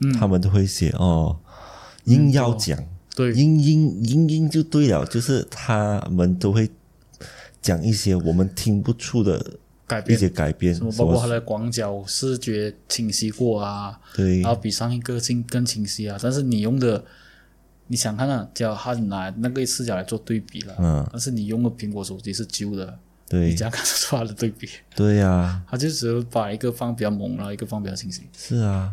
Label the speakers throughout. Speaker 1: 嗯，他们都会写哦，硬要讲，
Speaker 2: 对，
Speaker 1: 硬硬硬硬就对了，就是他们都会讲一些我们听不出的
Speaker 2: 改
Speaker 1: 一
Speaker 2: 变
Speaker 1: 些改变，
Speaker 2: 什么包括它的广角视觉清晰过啊，
Speaker 1: 对
Speaker 2: 然后比上一个清更清晰啊。但是你用的，你想看啊，叫它拿那个视角来做对比了，
Speaker 1: 嗯
Speaker 2: 但是你用的苹果手机是旧的，你
Speaker 1: 对
Speaker 2: 这样看得出它的对比，
Speaker 1: 对呀、
Speaker 2: 它就只有把一个放比较猛，然后一个放比较清晰。
Speaker 1: 是啊，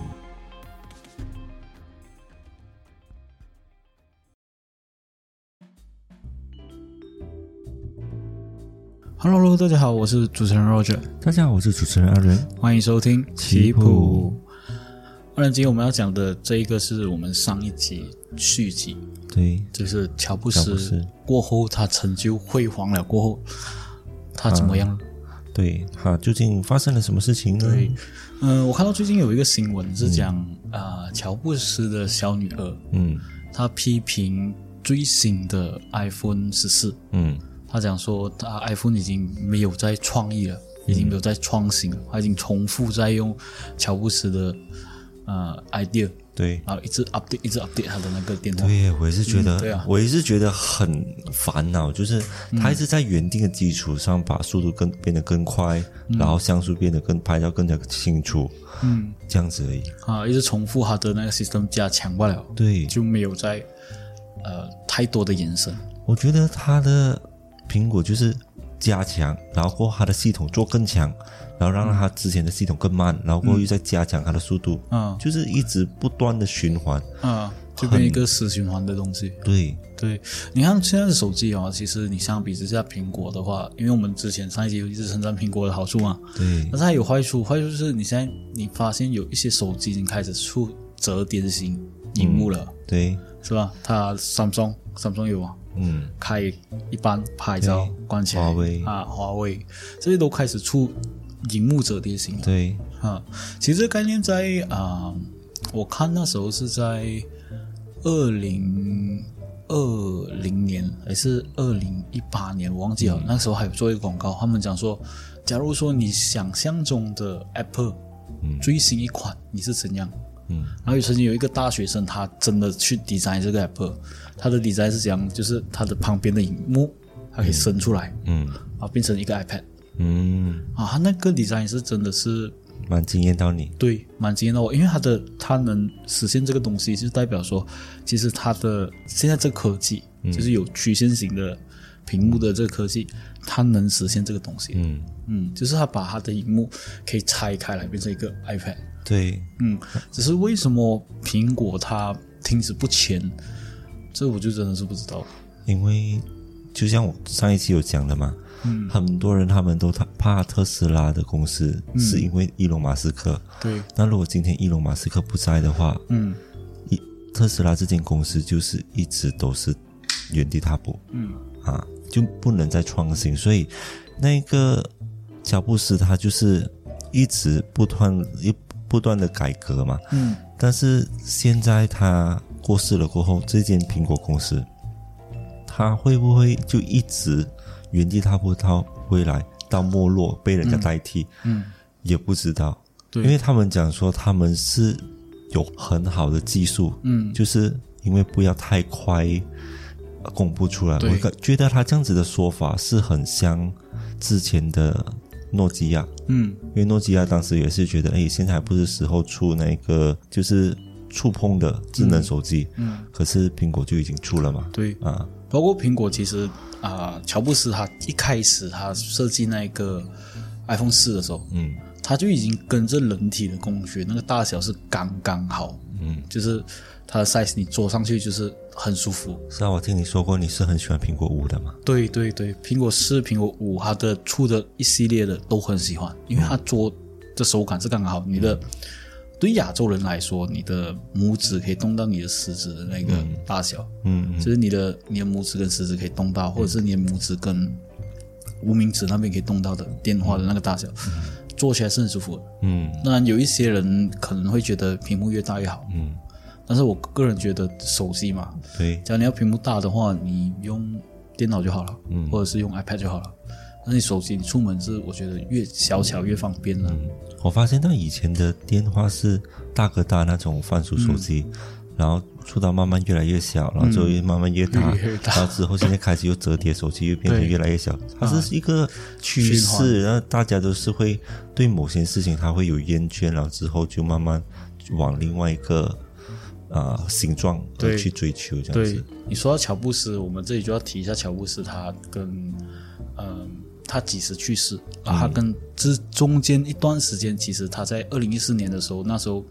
Speaker 3: Hello，hello，大家好，我是主持人 Roger，
Speaker 1: 大家好，我是主持人阿仁。
Speaker 3: 欢迎收听
Speaker 1: 棋谱。
Speaker 3: 当然，今天我们要讲的这一个是我们上一集续集，
Speaker 1: 对，
Speaker 3: 就是乔布
Speaker 1: 乔布
Speaker 3: 斯
Speaker 1: 斯
Speaker 3: 过后，他成就辉煌了过后，他怎么样了？
Speaker 1: 嗯对，哈，究竟发生了什么事情呢？
Speaker 2: 对
Speaker 3: 嗯、我看到最近有一个新闻是讲啊、呃乔布斯的小女儿，
Speaker 1: 嗯
Speaker 3: 她批评最新的 iPhone 十四，
Speaker 1: 嗯，
Speaker 3: 她讲说她 iPhone 已经没有在创意了，已经没有在创新了，她已经重复在用乔布斯的呃 idea，
Speaker 1: 对。
Speaker 3: 然后一直 update，一直 update 他的那个电话。
Speaker 1: 对，我也是觉得，
Speaker 3: 嗯对啊
Speaker 1: 我也是觉得很烦恼，就是他一直在原定的基础上把速度更变得更快，
Speaker 3: 嗯
Speaker 1: 然后像素变得更拍照更加清楚，嗯，这样子而已。
Speaker 3: 啊，一直重复他的那个 system 加强罢了，
Speaker 1: 对，
Speaker 3: 就没有在呃太多的延伸。
Speaker 1: 我觉得它的苹果就是加强，然后过后它的系统做更强，然后让它之前的系统更慢，然后过后又再加强它的速度，
Speaker 3: 嗯
Speaker 1: 就是一直不断的循环。
Speaker 3: 啊，就变一个死循环的东西。
Speaker 1: 对，
Speaker 3: 对，你看现在的手机啊、其实你相比之下，苹果的话，因为我们之前上一集有一直称赞苹果的好处嘛，
Speaker 1: 对
Speaker 3: 但，是它有坏处，坏处是你现在你发现有一些手机已经开始出折叠型荧幕了，
Speaker 1: 对，
Speaker 3: 是吧？它 Samsung Samsung 有啊，
Speaker 1: 嗯，
Speaker 3: 开一般拍照
Speaker 1: 对
Speaker 3: 关起来，
Speaker 1: 华为
Speaker 3: 啊，华为这些都开始出荧幕折叠型了。
Speaker 1: 对，
Speaker 3: 啊，其实这个概念在啊、我看那时候是在二零二零年还是二零一八年，我忘记了。
Speaker 1: 嗯
Speaker 3: 那时候还有做一个广告，他们讲说，假如说你想象中的 Apple
Speaker 1: 嗯
Speaker 3: 最新一款，你是怎样？
Speaker 1: 嗯，
Speaker 3: 然后曾经有一个大学生，他真的去 design 这个 Apple，他的 design 是怎样？就是它的旁边的荧幕，它可以伸出来，
Speaker 1: 嗯
Speaker 3: 啊，变成一个 iPad
Speaker 1: 嗯，
Speaker 3: 啊，它那个 design 是真的是
Speaker 1: 蛮惊艳到你。
Speaker 3: 对，蛮惊艳到我，因为它的它能实现这个东西，就代表说，其实它的现在这个科技，就是有曲线型的屏幕的这个科技，它能实现这个东西。
Speaker 1: 嗯，
Speaker 3: 嗯，就是它把它的荧幕可以拆开来变成一个 iPad。
Speaker 1: 对，
Speaker 3: 嗯，只是为什么苹果它停止不前，这我就真的是不知道。
Speaker 1: 因为就像我上一期有讲的嘛，嗯，很多人他们都他怕特斯拉的公司、是因为伊隆马斯克。
Speaker 3: 对，
Speaker 1: 那如果今天伊隆马斯克不在的话，
Speaker 3: 嗯
Speaker 1: 一特斯拉这间公司就是一直都是原地踏步，
Speaker 3: 嗯
Speaker 1: 啊，就不能再创新。所以那个乔布斯他就是一直不断一不断的改革嘛，
Speaker 3: 嗯，
Speaker 1: 但是现在他过世了过后，这间苹果公司，他会不会就一直原地踏步到未来到没落被人家代替？
Speaker 3: 嗯
Speaker 1: 也不知道，
Speaker 3: 对
Speaker 1: 因为他们讲说他们是有很好的技术，
Speaker 3: 嗯
Speaker 1: 就是因为不要太快呃公布出来。
Speaker 3: 对
Speaker 1: 我感觉得他这样子的说法是很像之前的诺基亚，
Speaker 3: 嗯
Speaker 1: 因为诺基亚当时也是觉得，哎，现在还不是时候出那个就是触碰的智能手机，
Speaker 3: 嗯，
Speaker 1: 可是苹果就已经出了嘛，
Speaker 3: 对。
Speaker 1: 啊，
Speaker 3: 包括苹果，其实啊、乔布斯他一开始他设计那个 iPhone 四的时候，
Speaker 1: 嗯
Speaker 3: 他就已经跟着人体的工学那个大小是刚刚好，
Speaker 1: 嗯，
Speaker 3: 就是它的 size 你坐上去就是很舒服。
Speaker 1: 是啊，我听你说过你是很喜欢苹果五的嘛，
Speaker 3: 对对对，苹果四、苹果五，它的出的一系列的都很喜欢，因为它桌的手感是刚刚好，你的。对亚洲人来说，你的拇指可以动到你的食指的那个大小，
Speaker 1: 嗯嗯
Speaker 3: 就是你的你的拇指跟食指可以动到，或者是你的拇指跟无名指那边可以动到的电话的那个大小，坐起来是很舒服的。
Speaker 1: 嗯
Speaker 3: 当然有一些人可能会觉得屏幕越大越好，
Speaker 1: 嗯，
Speaker 3: 但是我个人觉得手机嘛，
Speaker 1: 对，
Speaker 3: 只要你要屏幕大的话，你用电脑就好了，
Speaker 1: 嗯
Speaker 3: 或者是用 iPad 就好了。那你手机你出门是我觉得越小巧越方便了。
Speaker 1: 我发现到以前的电话是大哥大那种番薯
Speaker 3: 嗯
Speaker 1: 手机，然后触到慢慢越来越小，然后就越慢慢越大，
Speaker 3: 嗯越来越大
Speaker 1: 然后之后现在开始又折叠手机，又变得
Speaker 3: 对啊
Speaker 1: 越来越小，它是一个趋势，然后大家都是会对某些事情它会有厌倦，然后之后就慢慢往另外一个呃形状而
Speaker 3: 对
Speaker 1: 去追求这样
Speaker 3: 对
Speaker 1: 子，
Speaker 3: 你说到乔布斯，我们这里就要提一下乔布斯，他跟嗯、他几时去世
Speaker 1: 嗯
Speaker 3: 啊？他跟之中间一段时间，其实他在二零一四年的时候，那时候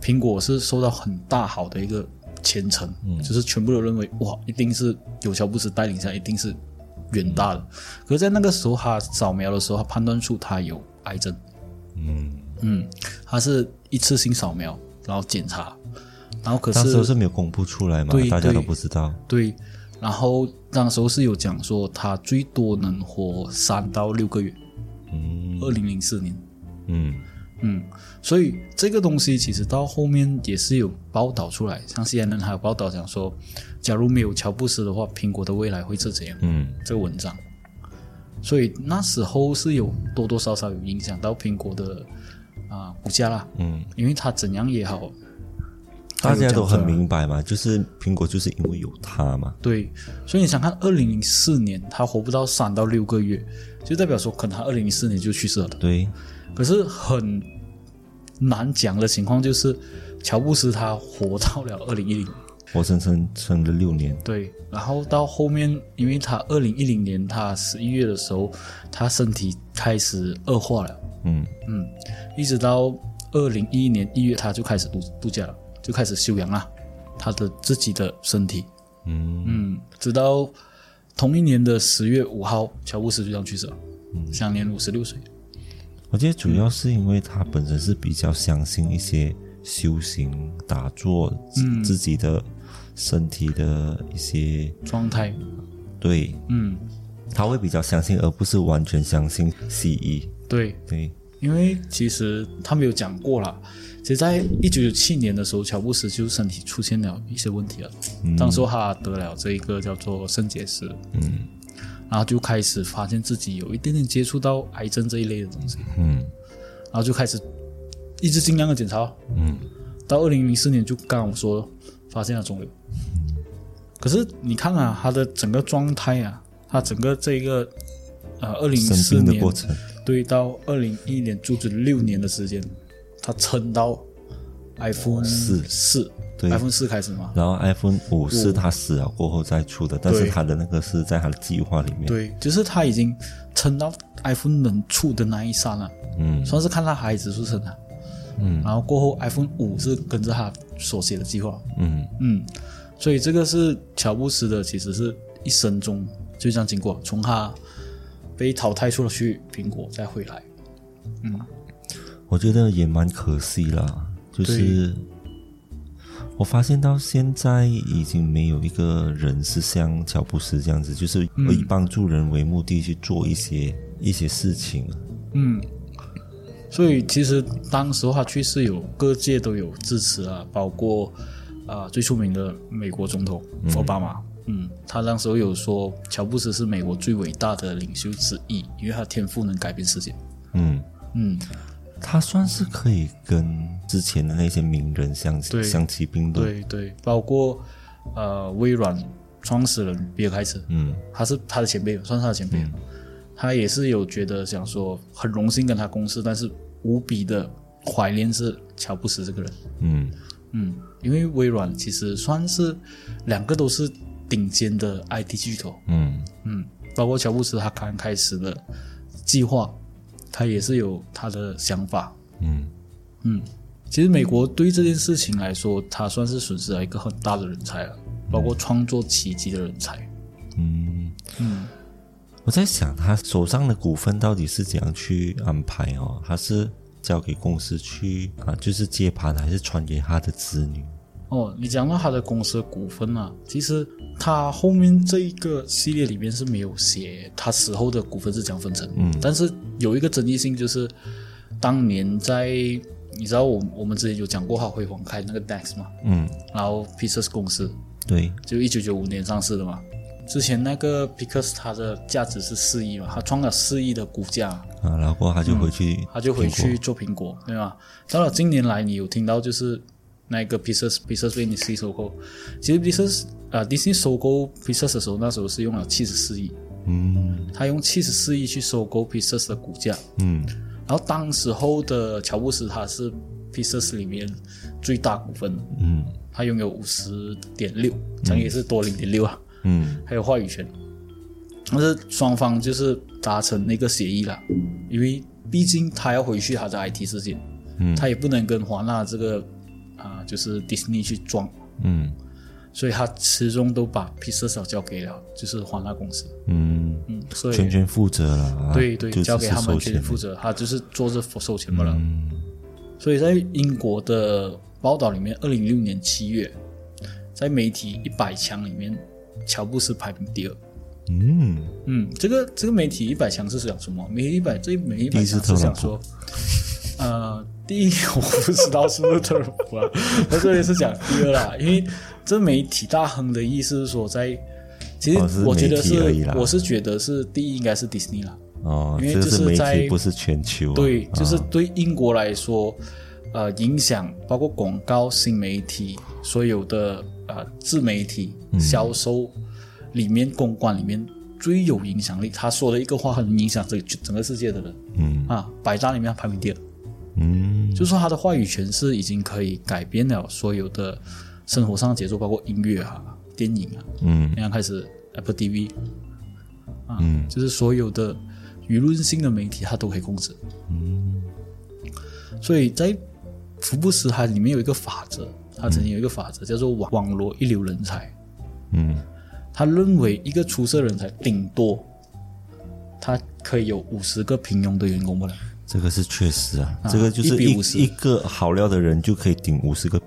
Speaker 3: 苹果是受到很大好的一个前程，
Speaker 1: 嗯
Speaker 3: 就是全部都认为哇，一定是有乔布斯带领下，一定是远大的。
Speaker 1: 嗯
Speaker 3: 可是，在那个时候，他扫描的时候，他判断出他有癌症。
Speaker 1: 嗯，
Speaker 3: 嗯，他是一次性扫描，然后检查，然后可
Speaker 1: 当
Speaker 3: 是
Speaker 1: 时候是没有公布出来嘛
Speaker 3: 对，
Speaker 1: 大家都
Speaker 3: 对
Speaker 1: 不知道，
Speaker 3: 对，然后那时候是有讲说他最多能活三到六个月，
Speaker 1: 嗯
Speaker 3: 二零零四年，
Speaker 1: 嗯
Speaker 3: 嗯，所以这个东西其实到后面也是有报道出来，像 CNN 还有报道讲说，假如没有乔布斯的话，苹果的未来会是怎样？
Speaker 1: 嗯
Speaker 3: 这个文章，所以那时候是有多多少少有影响到苹果的啊、股价啦，
Speaker 1: 嗯。
Speaker 3: 因为它怎样也好，
Speaker 1: 大家都很
Speaker 3: 明。
Speaker 1: 明白嘛，就是苹果就是因为有它嘛，
Speaker 3: 对，所以你想看，二零零四年他活不到三到六个月，就代表说可能他二零零四年就去世了。
Speaker 1: 对，
Speaker 3: 可是很难讲的情况就是，乔布斯他活到了二零一零，
Speaker 1: 活生生撑了六年，
Speaker 3: 对，然后到后面，因为他二零一零年他十一月的时候，他身体开始恶化了，
Speaker 1: 嗯
Speaker 3: 嗯，一直到二零一一年一月他就开始度度假了，就开始休养了他的自己的身体。
Speaker 1: 嗯
Speaker 3: 嗯，直到同一年的十月五号，乔布斯就这样去世了，
Speaker 1: 嗯
Speaker 3: 享年五十六岁。
Speaker 1: 我觉得主要是因为他本身是比较相信一些修行、打坐、自自己的身体的一些
Speaker 3: 状态，
Speaker 1: 对，
Speaker 3: 嗯，
Speaker 1: 他会比较相信，而不是完全相信西医。
Speaker 3: 对，
Speaker 1: 对，
Speaker 3: 因为其实他们有讲过啦，其实，在一九九七年的时候，乔布斯就身体出现了一些问题了，当时候他得了这一个叫做肾结石，
Speaker 1: 嗯
Speaker 3: 然后就开始发现自己有一点点接触到癌症这一类的东西，
Speaker 1: 嗯
Speaker 3: 然后就开始一直尽量的检查哦，
Speaker 1: 嗯
Speaker 3: 到二零零四年就刚刚我说发现了肿瘤，可是你看啊，他的整个状态啊，他整个这个呃二零零
Speaker 1: 生
Speaker 3: 四
Speaker 1: 病的
Speaker 3: 年
Speaker 1: 过程，
Speaker 3: 对到二零一一年住着六年的时间，他撑到 iPhone
Speaker 1: 哦四
Speaker 3: 四
Speaker 1: 对
Speaker 3: iPhone 四开始嘛，
Speaker 1: 然后 iPhone 五是他死了过后再出的，但是
Speaker 3: 对
Speaker 1: 他的那个是在他的计划里面。，
Speaker 3: 对，就是他已经撑到 iPhone 能出的那一刹那，
Speaker 1: 嗯
Speaker 3: 算是看他孩子出生了，
Speaker 1: 嗯
Speaker 3: 然后过后 iPhone 五是跟着他所写的计划，
Speaker 1: 嗯
Speaker 3: 嗯，所以这个是乔布斯的，其实是一生中就这样经过，从他被淘汰出了去苹果，再回来。
Speaker 1: 我觉得也蛮可惜啦，就是我发现到现在已经没有一个人是像乔布斯这样子，就是
Speaker 3: 嗯
Speaker 1: 以帮助人为目的去做一些、一些事情。
Speaker 3: 嗯，所以其实当时候他去世有各界都有支持啊，包括啊、最出名的美国总统奥巴马。嗯，他当时候有说，乔布斯是美国最伟大的领袖之一，因为他天赋能改变世界。
Speaker 1: 嗯，
Speaker 3: 嗯，
Speaker 1: 他算是可以跟之前的那些名人相
Speaker 3: 对
Speaker 1: 相提并论。
Speaker 3: 对对，嗯包括呃微软创始人比尔盖茨，
Speaker 1: 嗯
Speaker 3: 他是他的前辈，算是他的前辈。他也是有觉得想说很荣幸跟他共事，但是无比的怀念是乔布斯这个人。
Speaker 1: 嗯
Speaker 3: 嗯，因为微软其实算是两个都是顶尖的 IT 巨头。
Speaker 1: 嗯
Speaker 3: 嗯，包括乔布斯他刚开始的计划，他也是有他的想法。
Speaker 1: 嗯
Speaker 3: 嗯，其实美国对这件事情来说，他算是损失了一个很大的人才了，包括创作奇迹的人才。
Speaker 1: 嗯我在想他手上的股份到底是怎样去安排哦？他是交给公司去啊，就是接盘，还是传给他的子女？
Speaker 3: 哦，你讲到他的公司的股份啊，其实他后面这一个系列里面是没有写他死后的股份是怎样分成，
Speaker 1: 嗯
Speaker 3: 但是有一个争议性就是，当年在你知道我我们之前有讲过他辉煌开那个 DAX 嘛，
Speaker 1: 嗯，
Speaker 3: 然后 p i c s 公司
Speaker 1: 对，
Speaker 3: 就一九九五年上市的嘛，之前那个 p i c s 它的价值是四亿嘛，它创了四亿的股价，
Speaker 1: 啊，然后他就回去，
Speaker 3: 嗯他就回去做苹果，对吧？到了近年来，你有听到就是那个 Pieces Pieces 被 DC 收购，其实 Pieces 啊、DC 收购 Pieces 的时候，那时候是用了七十四亿，
Speaker 1: 嗯
Speaker 3: 他用七十四亿去收购 Pieces 的股价，
Speaker 1: 嗯
Speaker 3: 然后当时候的乔布斯他是 Pieces 里面最大股份，
Speaker 1: 嗯
Speaker 3: 他拥有五十点六，乘以是多零点六啊。
Speaker 1: 嗯
Speaker 3: 还有话语权。但是双方就是达成那个协议了，因为毕竟他要回去他的 IT 世界，
Speaker 1: 嗯
Speaker 3: 他也不能跟华纳这个啊、就是 Disney 去撞，
Speaker 1: 嗯
Speaker 3: 所以他始终都把 p i c s 交给了就是华纳公司，
Speaker 1: 嗯，
Speaker 3: 嗯，所以
Speaker 1: 全权负责了啊，
Speaker 3: 对对，
Speaker 1: 就
Speaker 3: 交
Speaker 1: 只
Speaker 3: 给
Speaker 1: 是
Speaker 3: 他们
Speaker 1: 收
Speaker 3: 去
Speaker 1: 钱
Speaker 3: 负责，他就是做这收钱罢了。
Speaker 1: 嗯
Speaker 3: 所以在英国的报道里面，二零零六年七月，在媒体一百强里面，乔布斯排名第二。
Speaker 1: 嗯，
Speaker 3: 嗯，这个这个媒体一百强是讲什么？媒体一百这媒体一
Speaker 1: 第
Speaker 3: 百
Speaker 1: 一次
Speaker 3: 强是讲
Speaker 1: 特朗
Speaker 3: 说，呃，第一 我不知道是不是特朗普啊，他这里是讲第二啦，因为这媒体大亨的意思是说在，其
Speaker 1: 哦是
Speaker 3: 实我觉得
Speaker 1: 媒体
Speaker 3: 是，
Speaker 1: 而已啦
Speaker 3: 我是觉得是第一应该是迪士尼啦，
Speaker 1: 哦，
Speaker 3: 因为
Speaker 1: 这个
Speaker 3: 这是
Speaker 1: 是媒
Speaker 3: 在
Speaker 1: 体，不是全球啊，
Speaker 3: 对，就是
Speaker 1: 啊
Speaker 3: 对英国来说，呃，影响包括广告、新媒体、所有的呃自媒体、
Speaker 1: 嗯
Speaker 3: 销售里面、公关里面最有影响力。他说的一个话很影响这个整个世界的人
Speaker 1: 嗯
Speaker 3: 啊，百大里面排名第二，
Speaker 1: 嗯
Speaker 3: 就是说他的话语权是已经可以改变了所有的生活上的节奏，包括音乐啊、电影啊，
Speaker 1: 嗯
Speaker 3: 那样开始 Apple TV，
Speaker 1: 嗯
Speaker 3: 就是所有的舆论性的媒体，它都可以控制。嗯，所以在福布斯它里面有一个法则，它曾经有一个法则叫做网网罗一流人才。
Speaker 1: 嗯
Speaker 3: 他认为一个出色人才顶多他可以有五十个平庸的员工不了。
Speaker 1: 这个是确实啊，这个就是
Speaker 3: 1比50
Speaker 1: 一一个好料的人就可以顶五十个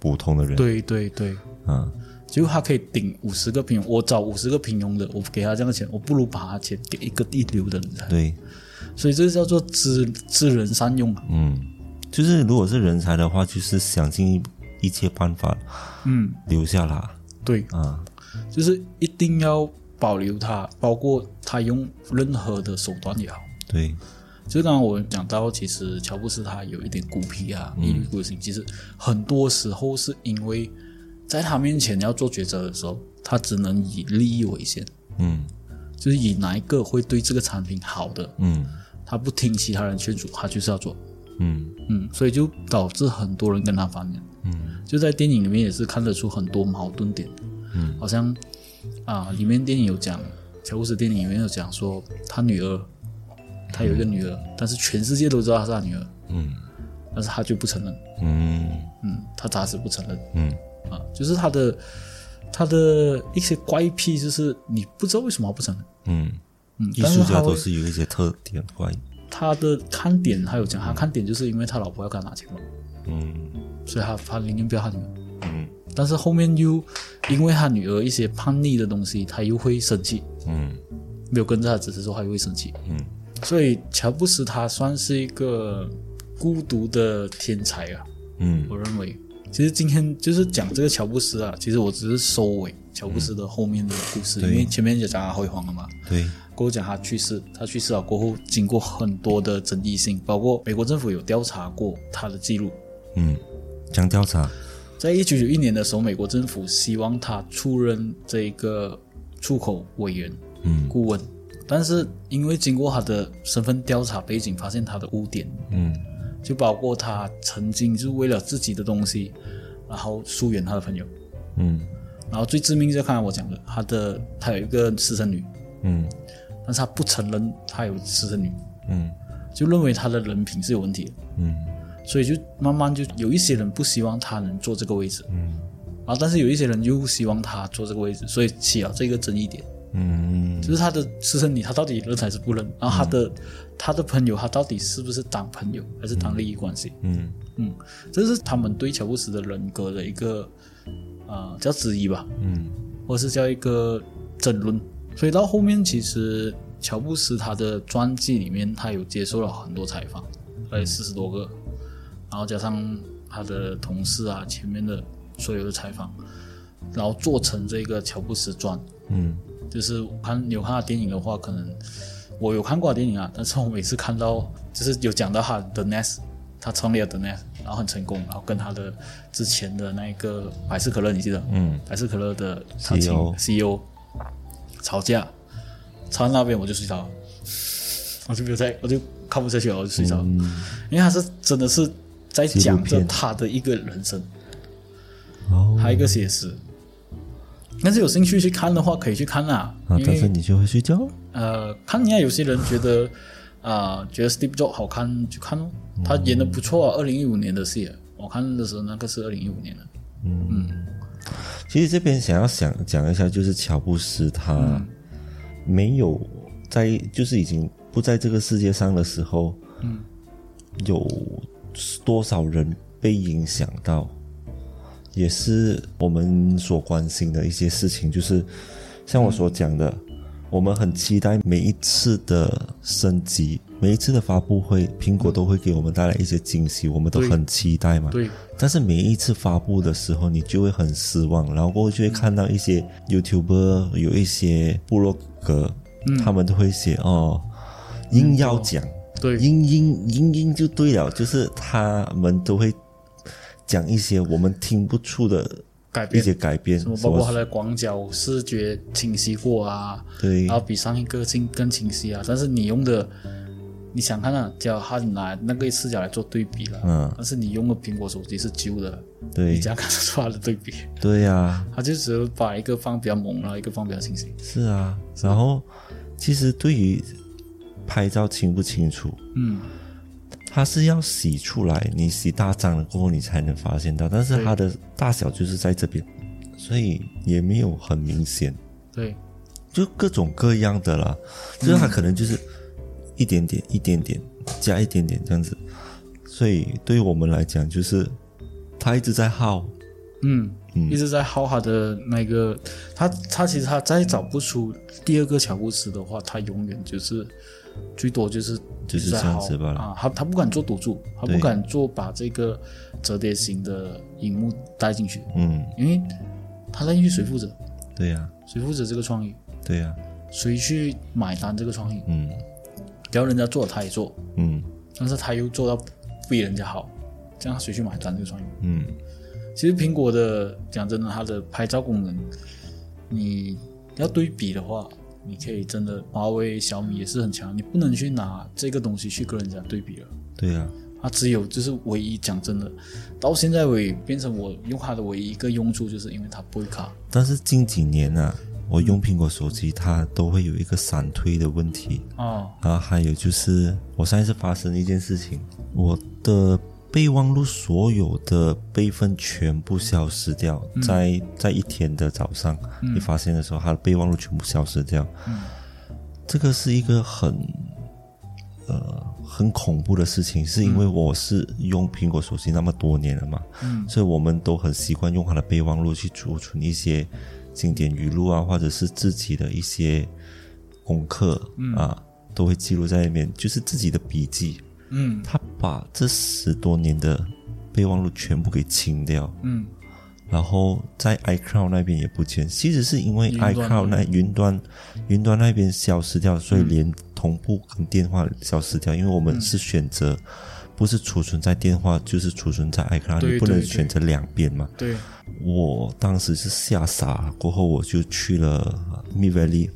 Speaker 1: 普通的人，
Speaker 3: 对对对，
Speaker 1: 啊，
Speaker 3: 结果他可以顶五十个平庸，我找五十个平庸的，我给他这样的钱，我不如把他钱给一个一流的人才。
Speaker 1: 对，
Speaker 3: 所以这叫做知知人善用啊。
Speaker 1: 嗯，就是如果是人才的话，就是想尽一切办法
Speaker 3: 嗯，
Speaker 1: 留下啦，
Speaker 3: 对，
Speaker 1: 啊，
Speaker 3: 就是一定要保留它，包括他用任何的手段也好。
Speaker 1: 对，
Speaker 3: 就是刚刚我讲到，其实乔布斯他有一点孤僻啊，一意孤行。其实很多时候是因为在他面前要做抉择的时候，他只能以利益为先，
Speaker 1: 嗯
Speaker 3: 就是以哪一个会对这个产品好的，
Speaker 1: 嗯
Speaker 3: 他不听其他人劝阻，他就是要做。
Speaker 1: 嗯
Speaker 3: 嗯，所以就导致很多人跟他翻脸。
Speaker 1: 嗯，
Speaker 3: 就在电影里面也是看得出很多矛盾点。嗯，好像啊，里面电影有讲，乔布斯电影里面有讲说他女儿，他有一个女儿，但是全世界都知道他是他女儿，
Speaker 1: 嗯
Speaker 3: 但是他就不承认。
Speaker 1: 嗯
Speaker 3: 嗯，他打死不承认
Speaker 1: 嗯
Speaker 3: 啊，就是他的他的一些怪癖，就是你不知道为什么不承认。
Speaker 1: 嗯，
Speaker 3: 嗯，
Speaker 1: 艺
Speaker 3: 但是
Speaker 1: 术家
Speaker 3: 他
Speaker 1: 都
Speaker 3: 会
Speaker 1: 是有一些特点怪，
Speaker 3: 他的看点，他有讲，他看点就是因为他老婆要跟他拿钱嘛，
Speaker 1: 嗯
Speaker 3: 所以他他宁愿不要他女儿。
Speaker 1: 嗯
Speaker 3: 但是后面又因为他女儿一些叛逆的东西，他又会生气，
Speaker 1: 嗯
Speaker 3: 没有跟着他只是说他又会生气。
Speaker 1: 嗯
Speaker 3: 所以乔布斯他算是一个孤独的天才啊，
Speaker 1: 嗯
Speaker 3: 我认为。其实今天就是讲这个乔布斯啊，其实我只是收尾乔布斯的后面的故事，
Speaker 1: 对
Speaker 3: 因为前面就讲他辉煌了嘛。
Speaker 1: 对，
Speaker 3: 过后讲他去世，他去世了过后，经过很多的争议性，包括美国政府有调查过他的记录，
Speaker 1: 嗯，讲调查，
Speaker 3: 在一九九一年的时候，美国政府希望他出任这个出口委员
Speaker 1: 嗯
Speaker 3: 顾问，但是因为经过他的身份调查背景，发现他的污点，
Speaker 1: 嗯
Speaker 3: 就包括他曾经就是为了自己的东西，然后疏远他的朋友，
Speaker 1: 嗯
Speaker 3: 然后最致命就是刚才我讲的，他的他有一个私生女，
Speaker 1: 嗯
Speaker 3: 但是他不承认他有私生女，
Speaker 1: 嗯
Speaker 3: 就认为他的人品是有问题的。
Speaker 1: 嗯
Speaker 3: 所以就慢慢就有一些人不希望他能坐这个位置，
Speaker 1: 嗯，
Speaker 3: 然后但是有一些人又希望他坐这个位置，所以起了这个争议点，
Speaker 1: 嗯
Speaker 3: 就是他的私生女他到底认还是不认，然后他的、他的朋友他到底是不是当朋友还是当利益关系，
Speaker 1: 嗯
Speaker 3: 嗯，这是他们对乔布斯的人格的一个啊、呃叫质疑吧，
Speaker 1: 嗯
Speaker 3: 或是叫一个争论。所以到后面，其实乔布斯他的传记里面，他有接受了很多采访，大概四十多个，然后加上他的同事啊，前面的所有的采访，然后做成这个乔布斯传。
Speaker 1: 嗯
Speaker 3: 就是我看你有看他电影的话，可能我有看过他电影啊，但是我每次看到就是有讲到他的 Nest，他创立了 The Nest，然后很成功，然后跟他的之前的那一个百事可乐，你记得？
Speaker 1: 嗯，E
Speaker 3: 百事可乐的他
Speaker 1: CEO
Speaker 3: 请 CEO 吵架，吵到那边我就睡着了，我就没有在，嗯我就看不下去了，我就睡着了，因为他是真的是在讲
Speaker 1: 纪录
Speaker 3: 着
Speaker 1: 片
Speaker 3: 他的一个人生，
Speaker 1: 哦，
Speaker 3: 还有一个写实。但是有兴趣去看的话，可以去看啦、
Speaker 1: 啊，
Speaker 3: 因
Speaker 1: 但
Speaker 3: 为
Speaker 1: 是你就会睡觉，
Speaker 3: 呃，看人家有些人觉得啊、觉得 Steve Jobs 好看就看咯，他演的不错啊，二零一五年的戏，我看的时候那个是二零一五年的，
Speaker 1: 其实这边想要想讲一下，就是乔布斯他没有在，就是已经不在这个世界上的时候，嗯，有多少人被影响到，也是我们所关心的一些事情。就是像我所讲的，我们很期待每一次的升级。每一次的发布会，苹果都会给我们带来一些惊喜，我们都
Speaker 3: 对
Speaker 1: 很期待嘛。
Speaker 3: 对，
Speaker 1: 但是每一次发布的时候，你就会很失望，然后过后就会看到一些 YouTuber 有一些部落格，他们都会写哦，硬要讲，
Speaker 3: 对
Speaker 1: 硬硬硬硬就对了，就是他们都会讲一些我们听不出的
Speaker 3: 改
Speaker 1: 一
Speaker 3: 变
Speaker 1: 些改变，
Speaker 3: 什么
Speaker 1: 什
Speaker 3: 包括他
Speaker 1: 么
Speaker 3: 的广角视觉清晰过啊，
Speaker 1: 对
Speaker 3: 然后比上一个清更清晰啊，但是你用的。你想看啊，叫他拿那个视角来做对比了，
Speaker 1: 嗯
Speaker 3: 但是你用的苹果手机是旧的，你
Speaker 1: 对
Speaker 3: 这样看得出它的对比，
Speaker 1: 对呀、
Speaker 3: 它就只有把一个放比较猛，啊然后一个放比较清晰。
Speaker 1: 是啊，然后其实对于拍照清不清楚，
Speaker 3: 嗯，
Speaker 1: 它是要洗出来，你洗大张了过后你才能发现到，但是
Speaker 3: 对
Speaker 1: 它的大小就是在这边，所以也没有很明显，
Speaker 3: 对，
Speaker 1: 就各种各样的啦，就是它可能就是一点点、一点点加一点点这样子，所以对于我们来讲，就是它一直在耗，
Speaker 3: 嗯，一直在薅他的那个，他他其实他再找不出第二个乔布斯的话，他永远就是最多就是
Speaker 1: 就是
Speaker 3: 一直在
Speaker 1: 这样子
Speaker 3: 薅
Speaker 1: 罢了
Speaker 3: 啊，他他不敢做赌注，他
Speaker 1: 对
Speaker 3: 不敢做把这个折叠型的荧幕带进去，
Speaker 1: 嗯，
Speaker 3: 因为他在进去谁负责？
Speaker 1: 对呀、
Speaker 3: 谁负责这个创意？
Speaker 1: 对啊呀、
Speaker 3: 谁去买单这个创意？
Speaker 1: 嗯
Speaker 3: 只要人家做他也做，
Speaker 1: 嗯
Speaker 3: 但是他又做到比人家好，这样谁去买单这个创意？
Speaker 1: 嗯，
Speaker 3: 其实苹果的讲真的，它的拍照功能，你要对比的话，你可以真的华为、小米也是很强，你不能去拿这个东西去跟人家对比了。
Speaker 1: 对啊呀、
Speaker 3: 它只有就是唯一讲真的，到现在为变成我用它的唯一一个用处，就是因为它不会卡。
Speaker 1: 但是近几年啊，我用苹果手机，它都会有一个闪退的问题。
Speaker 3: 哦，
Speaker 1: 然后啊还有就是，我上一次发生一件事情，我的备忘录所有的备份全部消失掉，在在一天的早上，你发现的时候，它的备忘录全部消失掉。这个是一个很呃很恐怖的事情，是因为我是用苹果手机那么多年了嘛，所以我们都很习惯用它的备忘录去储存一些经典语录啊，或者是自己的一些功课、啊，都会记录在里面，就是自己的笔记。
Speaker 3: 嗯
Speaker 1: 他把这十多年的备忘录全部给清掉，
Speaker 3: 嗯，
Speaker 1: 然后在 iCloud 那边也不见，其实是因为
Speaker 3: 云端
Speaker 1: iCloud 那云端云端那边消失掉，所以
Speaker 3: 嗯
Speaker 1: 连同步跟电话消失掉，因为我们是选择。不是储存在电话，就是储存在 iCloud，
Speaker 3: 对
Speaker 1: 你不能
Speaker 3: 对对
Speaker 1: 选择两边嘛。
Speaker 3: 对，
Speaker 1: 我当时是吓傻了，过后我就去了 Mi Valley，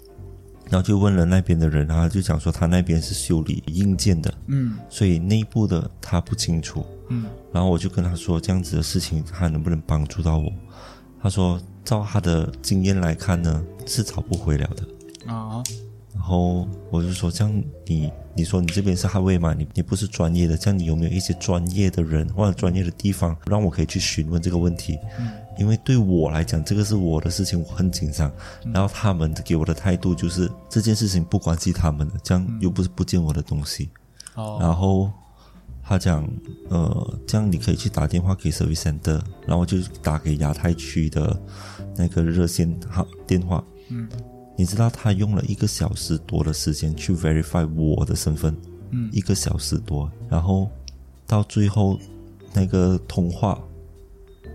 Speaker 1: 然后就问了那边的人，然后他就讲说他那边是修理硬件的，
Speaker 3: 嗯
Speaker 1: 所以内部的他不清楚。
Speaker 3: 嗯
Speaker 1: 然后我就跟他说这样子的事情，他能不能帮助到我？他说照他的经验来看呢，是找不回了的。
Speaker 3: 啊，
Speaker 1: 然后我就说，这样你你说你这边是捍卫嘛，你你不是专业的，这样你有没有一些专业的人或者专业的地方，让我可以去询问这个问题？因为对我来讲，这个是我的事情，我很紧张。然后他们给我的态度就是这件事情不关系他们的，这样又不是不见我的东西。
Speaker 3: 哦
Speaker 1: 然后他讲，呃，这样你可以去打电话给 service center，然后就打给亚太区的那个热线号电话。
Speaker 3: 嗯
Speaker 1: 你知道他用了一个小时多的时间去 verify 我的身份，
Speaker 3: 嗯
Speaker 1: 一个小时多，然后到最后那个通话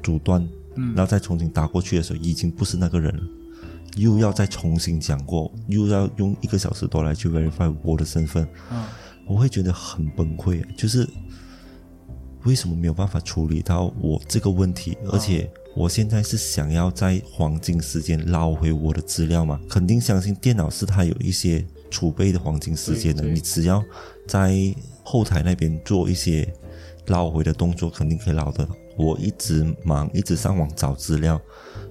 Speaker 1: 阻断，
Speaker 3: 嗯
Speaker 1: 然后再重新打过去的时候，已经不是那个人了，又要再重新讲过，又要用一个小时多来去 verify 我的身份，
Speaker 3: 啊
Speaker 1: 我会觉得很崩溃，啊就是为什么没有办法处理到我这个问题？而且
Speaker 3: 嗯
Speaker 1: 我现在是想要在黄金时间捞回我的资料嘛，肯定相信电脑是它有一些储备的黄金时间的，
Speaker 3: 对对
Speaker 1: 你只要在后台那边做一些捞回的动作，肯定可以捞得到。我一直忙，一直上网找资料，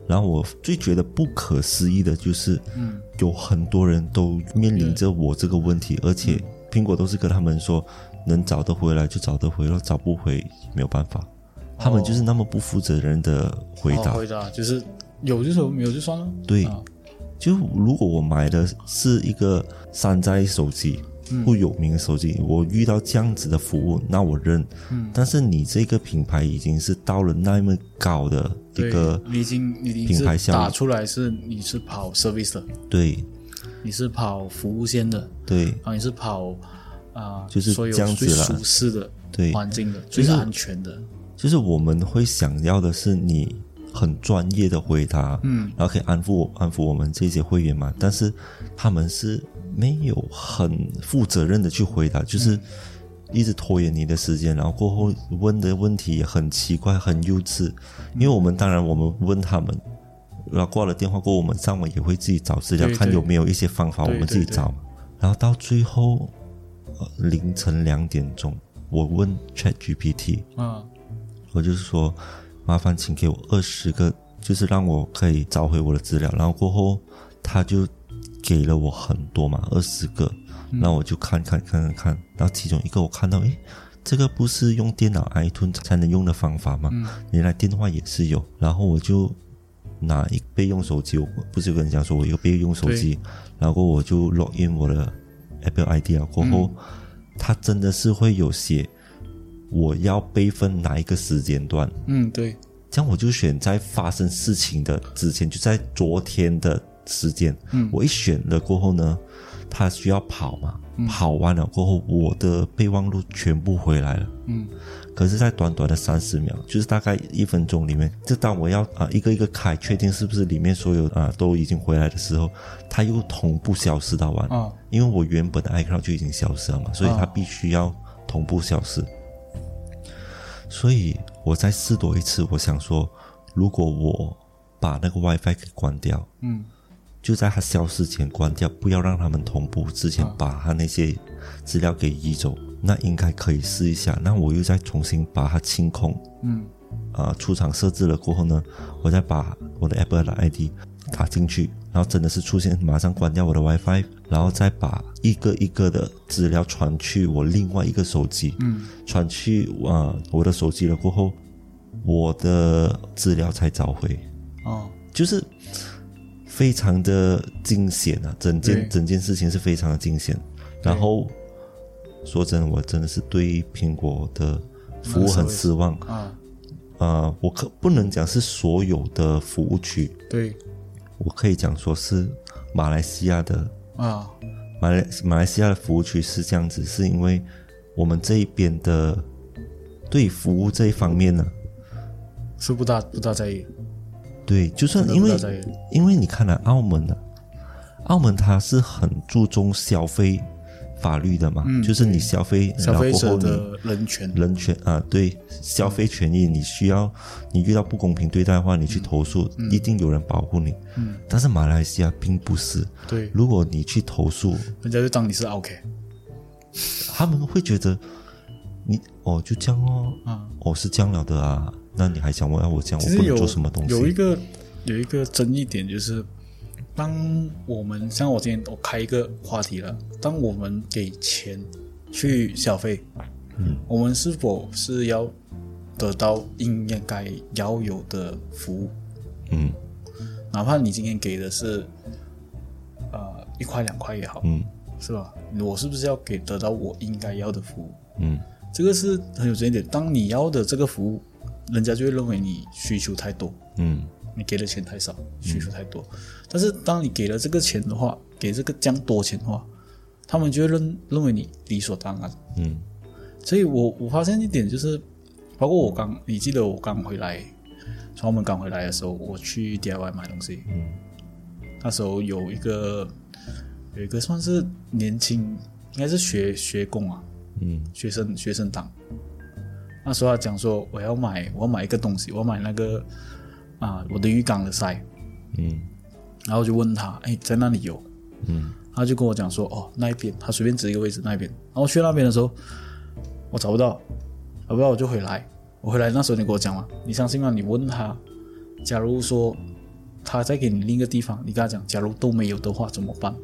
Speaker 1: 然后我最觉得不可思议的就是，
Speaker 3: 嗯
Speaker 1: 有很多人都面临着我这个问题，而
Speaker 3: 嗯
Speaker 1: 且苹果都是跟他们说，能找得回来就找得回来，找不回没有办法。他们就是那么不负责任的回答。
Speaker 3: 哦回答就是有就有，没有就算了。
Speaker 1: 对，
Speaker 3: 啊
Speaker 1: 就如果我买的是一个山寨手机，不有名的手机，我遇到这样子的服务，那我认。但是你这个品牌已经是到了那么高的一
Speaker 3: 对
Speaker 1: 个，
Speaker 3: 你已经你已
Speaker 1: 品牌
Speaker 3: 经是
Speaker 1: 效益
Speaker 3: 打出来是你是跑 service 的，
Speaker 1: 对
Speaker 3: 你是跑服务线的，
Speaker 1: 对
Speaker 3: 啊，你是跑啊、
Speaker 1: 就是
Speaker 3: 所有
Speaker 1: 这样子
Speaker 3: 最
Speaker 1: 啦
Speaker 3: 舒适的
Speaker 1: 对，
Speaker 3: 环境的、最安全的，
Speaker 1: 就是我们会想要的是你很专业的回答，
Speaker 3: 嗯，
Speaker 1: 然后可以安抚我安抚我们这些会员嘛。但是他们是没有很负责任的去回答，
Speaker 3: 嗯
Speaker 1: 就是一直拖延你的时间，然后过后问的问题也很奇怪、很幼稚。因为我们当然我们问他们，然后挂了电话过后，我们上网也会自己找资料，
Speaker 3: 对
Speaker 1: 看
Speaker 3: 对
Speaker 1: 有没有一些方法我
Speaker 3: 对
Speaker 1: 们自己
Speaker 3: 对对
Speaker 1: 找嘛。然后到最后、呃凌晨两点钟，我问 Chat GPT，
Speaker 3: 啊，
Speaker 1: 我就是说，麻烦请给我二十个，就是让我可以找回我的资料。然后过后，他就给了我很多嘛，二十个，那我就看看看看看。然后其中一个我看到，诶，这个不是用电脑 iTunes 才能用的方法吗？原来电话也是有。然后我就拿一备用手机，我不是有跟你讲说我有备用手机，然后我就 log in 我的 Apple ID 啊，过后、它真的是会有写我要备份哪一个时间段，
Speaker 3: 嗯，对，
Speaker 1: 这样我就选在发生事情的之前，就在昨天的时间。嗯，我一选了过后呢，它需要跑嘛，
Speaker 3: 嗯
Speaker 1: 跑完了过后，我的备忘录全部回来了。
Speaker 3: 嗯，
Speaker 1: 可是，在短短的三十秒，就是大概一分钟里面，就当我要啊、一个一个开，确定是不是里面所有啊、都已经回来的时候，它又同步消失到完。
Speaker 3: 啊
Speaker 1: 因为我原本的 iCloud 就已经消失了嘛，所以它必须要同步消失。所以我再试多一次，我想说，如果我把那个 WiFi 给关掉，
Speaker 3: 嗯，
Speaker 1: 就在它消失前关掉，不要让他们同步之前把它那些资料给移走，那应该可以试一下。那我又再重新把它清空，
Speaker 3: 嗯
Speaker 1: 啊、出厂设置了过后呢，我再把我的 Apple 的 ID 打进去，然后真的是出现马上关掉我的 WiFi，然后再把一个一个的资料传去我另外一个手机，嗯，传去啊、呃我的手机了过后，我的资料才找回，
Speaker 3: 哦，
Speaker 1: 就是非常的惊险啊！整件
Speaker 3: 对
Speaker 1: 整件事情是非常的惊险。然后说真的，我真的是对苹果的服务很失望。
Speaker 3: 啊，
Speaker 1: 呃，我可不能讲是所有的服务区，
Speaker 3: 对
Speaker 1: 我可以讲说是马来西亚的
Speaker 3: 啊，
Speaker 1: 马来马来西亚的服务区是这样子，是因为我们这一边的对服务这一方面呢，
Speaker 3: 是不大不大在意，
Speaker 1: 对，就算
Speaker 3: 真的
Speaker 1: 因
Speaker 3: 不
Speaker 1: 为
Speaker 3: 大在意，
Speaker 1: 因为你看了、澳门啊，澳门它是很注重消费法律的嘛，就是你消费
Speaker 3: 嗯消费
Speaker 1: 然
Speaker 3: 者
Speaker 1: 后过后你
Speaker 3: 的人权，
Speaker 1: 人权啊，对消费权益，你需要你遇到不公平对待的话，你去投诉，
Speaker 3: 嗯
Speaker 1: 一定有人保护你。嗯，但是马来西亚并不是，
Speaker 3: 对，
Speaker 1: 如果你去投诉，
Speaker 3: 人家就当你是 OK，
Speaker 1: 他们会觉得你哦就这样哦，
Speaker 3: 嗯
Speaker 1: 哦是这样了的啊，那你还想我要我这样，
Speaker 3: 其
Speaker 1: 我
Speaker 3: 实
Speaker 1: 哦不能
Speaker 3: 有
Speaker 1: 做什么东
Speaker 3: 有一
Speaker 1: 西？
Speaker 3: 个有一个争议点就是，当我们像我今天我开一个话题了，当我们给钱去消费，嗯，我们是否是要得到应该要有的服务？
Speaker 1: 嗯
Speaker 3: 哪怕你今天给的是呃一块两块也好，
Speaker 1: 嗯
Speaker 3: 是吧？我是不是要给得到我应该要的服务？
Speaker 1: 嗯，
Speaker 3: 这个是很有争议点。当你要的这个服务，人家就会认为你需求太多，
Speaker 1: 嗯
Speaker 3: 你给的钱太少，需求太多。但是当你给了这个钱的话，给这个这样多钱的话，他们就会认认为你理所当然。
Speaker 1: 嗯
Speaker 3: 所以我我发现一点就是，包括我刚，你记得我刚回来，从澳门刚回来的时候，我去 DIY 买东西，
Speaker 1: 嗯，
Speaker 3: 那时候有一个有一个算是年轻，应该是学学工啊，
Speaker 1: 嗯
Speaker 3: 学生学生党。那时候他讲说，我要买我要买一个东西，我要买那个啊、我的鱼缸的塞，
Speaker 1: 嗯
Speaker 3: 然后我就问他，哎，在那里有？
Speaker 1: 嗯
Speaker 3: 他就跟我讲说，哦，那一边，他随便指一个位置，那一边。然后去那边的时候，我找不到，找不到我就回来。我回来那时候你跟我讲嘛，你相信吗？你问他，假如说他再给你另一个地方，你跟他讲，假如都没有的话怎么办？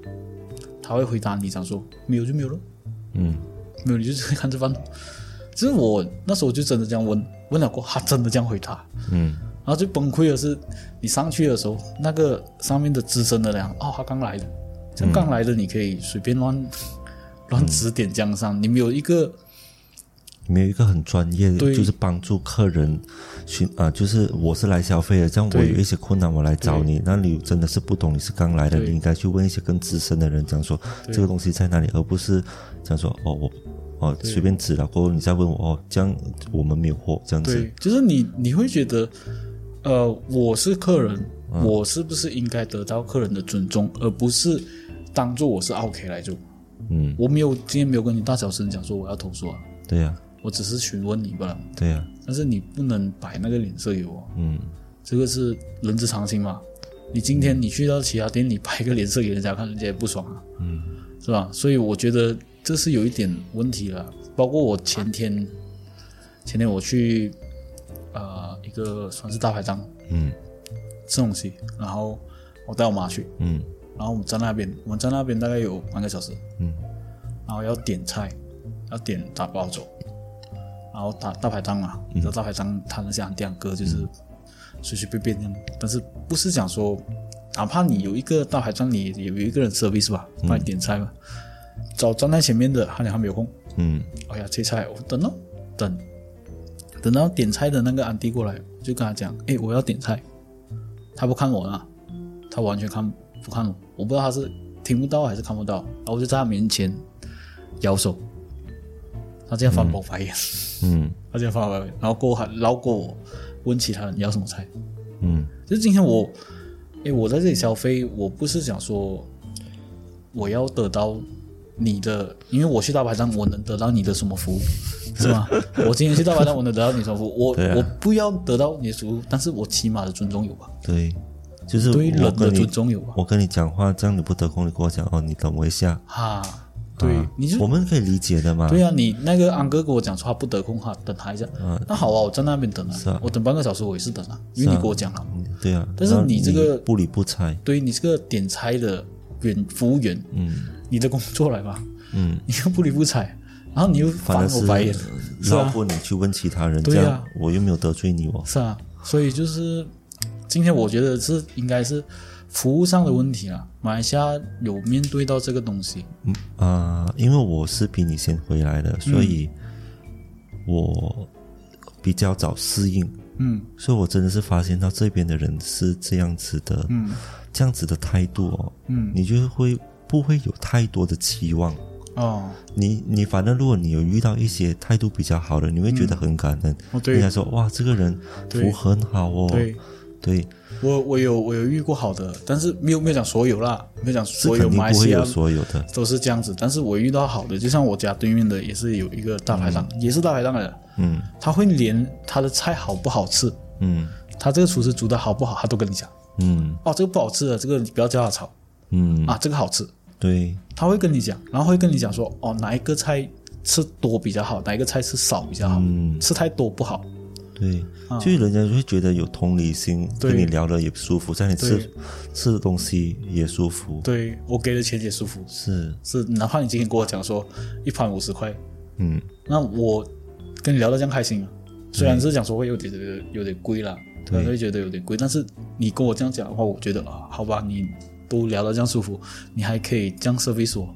Speaker 3: 他会回答你讲说，没有就没有咯，
Speaker 1: 嗯
Speaker 3: 没有你就是看着办咯。其实我那时候就真的这样问，问了过后，他真的这样回答。
Speaker 1: 嗯
Speaker 3: 然后最崩溃的是，你上去的时候，那个上面的资深的人，哦，他刚来的，像刚来的，你可以随便乱、 乱指点江山，你没有一个
Speaker 1: 没有一个很专业，
Speaker 3: 对
Speaker 1: 就是帮助客人寻啊，就是我是来消费的，这样我
Speaker 3: 对
Speaker 1: 有一些困难我来找你，那你真的是不懂，你是刚来的，
Speaker 3: 对
Speaker 1: 你应该去问一些更资深的人，讲说这个东西在哪里，而不是讲说哦我哦随便指了过后你再问我哦，这样我们没有货这样子，
Speaker 3: 对，就是你你会觉得，呃，我是客人，我是不是应该得到客人的尊重，而不是当做我是 OK 来做？
Speaker 1: 嗯，
Speaker 3: 我没有今天没有跟你大小声讲说我要投诉啊，
Speaker 1: 对呀、
Speaker 3: 我只是询问你罢了，
Speaker 1: 对呀、
Speaker 3: 但是你不能摆那个脸色给我啊。
Speaker 1: 嗯
Speaker 3: 这个是人之常情嘛。你今天你去到其他店，你拍个脸色给人家看，人家也不爽啊，
Speaker 1: 嗯
Speaker 3: 是吧？所以我觉得这是有一点问题了。包括我前天，前天我去呃一个算是大排档
Speaker 1: 嗯
Speaker 3: 吃东西，然后我带我妈去，
Speaker 1: 嗯
Speaker 3: 然后我们在那边，我们在那边大概有半个小时，
Speaker 1: 嗯
Speaker 3: 然后要点菜，要点打包走，然后打大排档嘛，你知道大排档它那些安迪安哥就是随随便便这样，但是不是讲说，哪怕你有一个大排档，你也有一个人 service 吧，帮你点菜吧，找站在前面的，他讲他没有空，
Speaker 1: 嗯
Speaker 3: 哎呀切菜，我等咯，等，等到点菜的那个安迪过来，我就跟他讲，哎，我要点菜，他不看我呢，他完全看不看我，我不知道他是听不到还是看不到，然后我就在他面前摇手，他这样翻白眼，
Speaker 1: 嗯
Speaker 3: 他这样翻白眼，然后过后还绕过我，问其他人要什么菜，
Speaker 1: 嗯
Speaker 3: 就是今天我，诶，我在这里消费，我不是想说我要得到你的，因为我去大排档，我能得到你的什么服务，是吗？我今天去大排档，我能得到你什么服务？我、
Speaker 1: 对啊
Speaker 3: 我不要得到你的服务，但是我起码的尊重有吧？
Speaker 1: 对，就是
Speaker 3: 对
Speaker 1: 我
Speaker 3: 人的
Speaker 1: 跟你
Speaker 3: 尊重有吧？
Speaker 1: 我跟你讲话，这样你不得空，你跟我讲哦，你等我一下，
Speaker 3: 哈，对，
Speaker 1: 啊
Speaker 3: 你就
Speaker 1: 我们可以理解的嘛，
Speaker 3: 对呀、啊，你那个安哥跟我讲说他不得空哈，等他一下。那好啊，我在那边等啊，
Speaker 1: 嗯啊
Speaker 3: 我等半个小时我也是等啊，因为你跟我讲了。
Speaker 1: 嗯对啊，
Speaker 3: 但是
Speaker 1: 然后
Speaker 3: 你
Speaker 1: 你
Speaker 3: 这个
Speaker 1: 不理不睬，
Speaker 3: 对于你这个点菜的员服务员，
Speaker 1: 嗯
Speaker 3: 你的工作来吧，
Speaker 1: 嗯，
Speaker 3: 你又不理不睬，然后你又
Speaker 1: 反
Speaker 3: 翻
Speaker 1: 而
Speaker 3: 我白眼
Speaker 1: 是，呃
Speaker 3: 是
Speaker 1: 绕
Speaker 3: 啊，
Speaker 1: 过你去问其他人，
Speaker 3: 对
Speaker 1: 这
Speaker 3: 啊
Speaker 1: 样我又没有得罪你哦，
Speaker 3: 是啊，所以就是今天我觉得是应该是服务上的问题啦，马来西亚有面对到这个东西，
Speaker 1: 嗯啊、因为我是比你先回来的，所以
Speaker 3: 嗯
Speaker 1: 我比较早适应，
Speaker 3: 嗯
Speaker 1: 所以我真的是发现到这边的人是这样子的，
Speaker 3: 嗯
Speaker 1: 这样子的态度哦，
Speaker 3: 嗯，
Speaker 1: 你就会不会有太多的期望。
Speaker 3: 哦，
Speaker 1: 你你反正如果你有遇到一些态度比较好的，你会觉得很感恩。
Speaker 3: 哦对
Speaker 1: 人家说哇，这个人
Speaker 3: 对
Speaker 1: 服很好哦，
Speaker 3: 对
Speaker 1: 对
Speaker 3: 我我有我有遇过好的，但是没有没有讲所有啦，没有讲
Speaker 1: 这
Speaker 3: 所有
Speaker 1: 肯定
Speaker 3: 马啊来
Speaker 1: 不
Speaker 3: 西
Speaker 1: 会
Speaker 3: 亚
Speaker 1: 有所有的，
Speaker 3: 都是这样子，但是我遇到好的，就像我家对面的也是有一个大排档，也是大排档的，
Speaker 1: 嗯
Speaker 3: 他会连他的菜好不好吃，
Speaker 1: 嗯
Speaker 3: 他这个厨师煮的好不好，他都跟你讲。
Speaker 1: 嗯
Speaker 3: 哦，这个不好吃的，这个你不要叫他炒
Speaker 1: 嗯，
Speaker 3: 啊，这个好吃，
Speaker 1: 对，
Speaker 3: 他会跟你讲，然后会跟你讲说，哦，哪一个菜吃多比较好，哪一个菜吃少比较好，
Speaker 1: 嗯
Speaker 3: 吃太多不好。
Speaker 1: 对，就是人家就会觉得有同理心，
Speaker 3: 啊对
Speaker 1: 跟你聊的也舒服，在你吃
Speaker 3: 对
Speaker 1: 吃的东西也舒服，
Speaker 3: 对我给的钱也舒服，
Speaker 1: 是，
Speaker 3: 是哪怕你今天跟我讲说一盘五十块，
Speaker 1: 嗯
Speaker 3: 那我跟你聊到这样开心啊，虽然是讲说会有点有点贵啦，可能会觉得有点贵，但是你跟我这样讲的话，我觉得啊，好吧，你都聊到这样舒服，你还可以这样 service 我，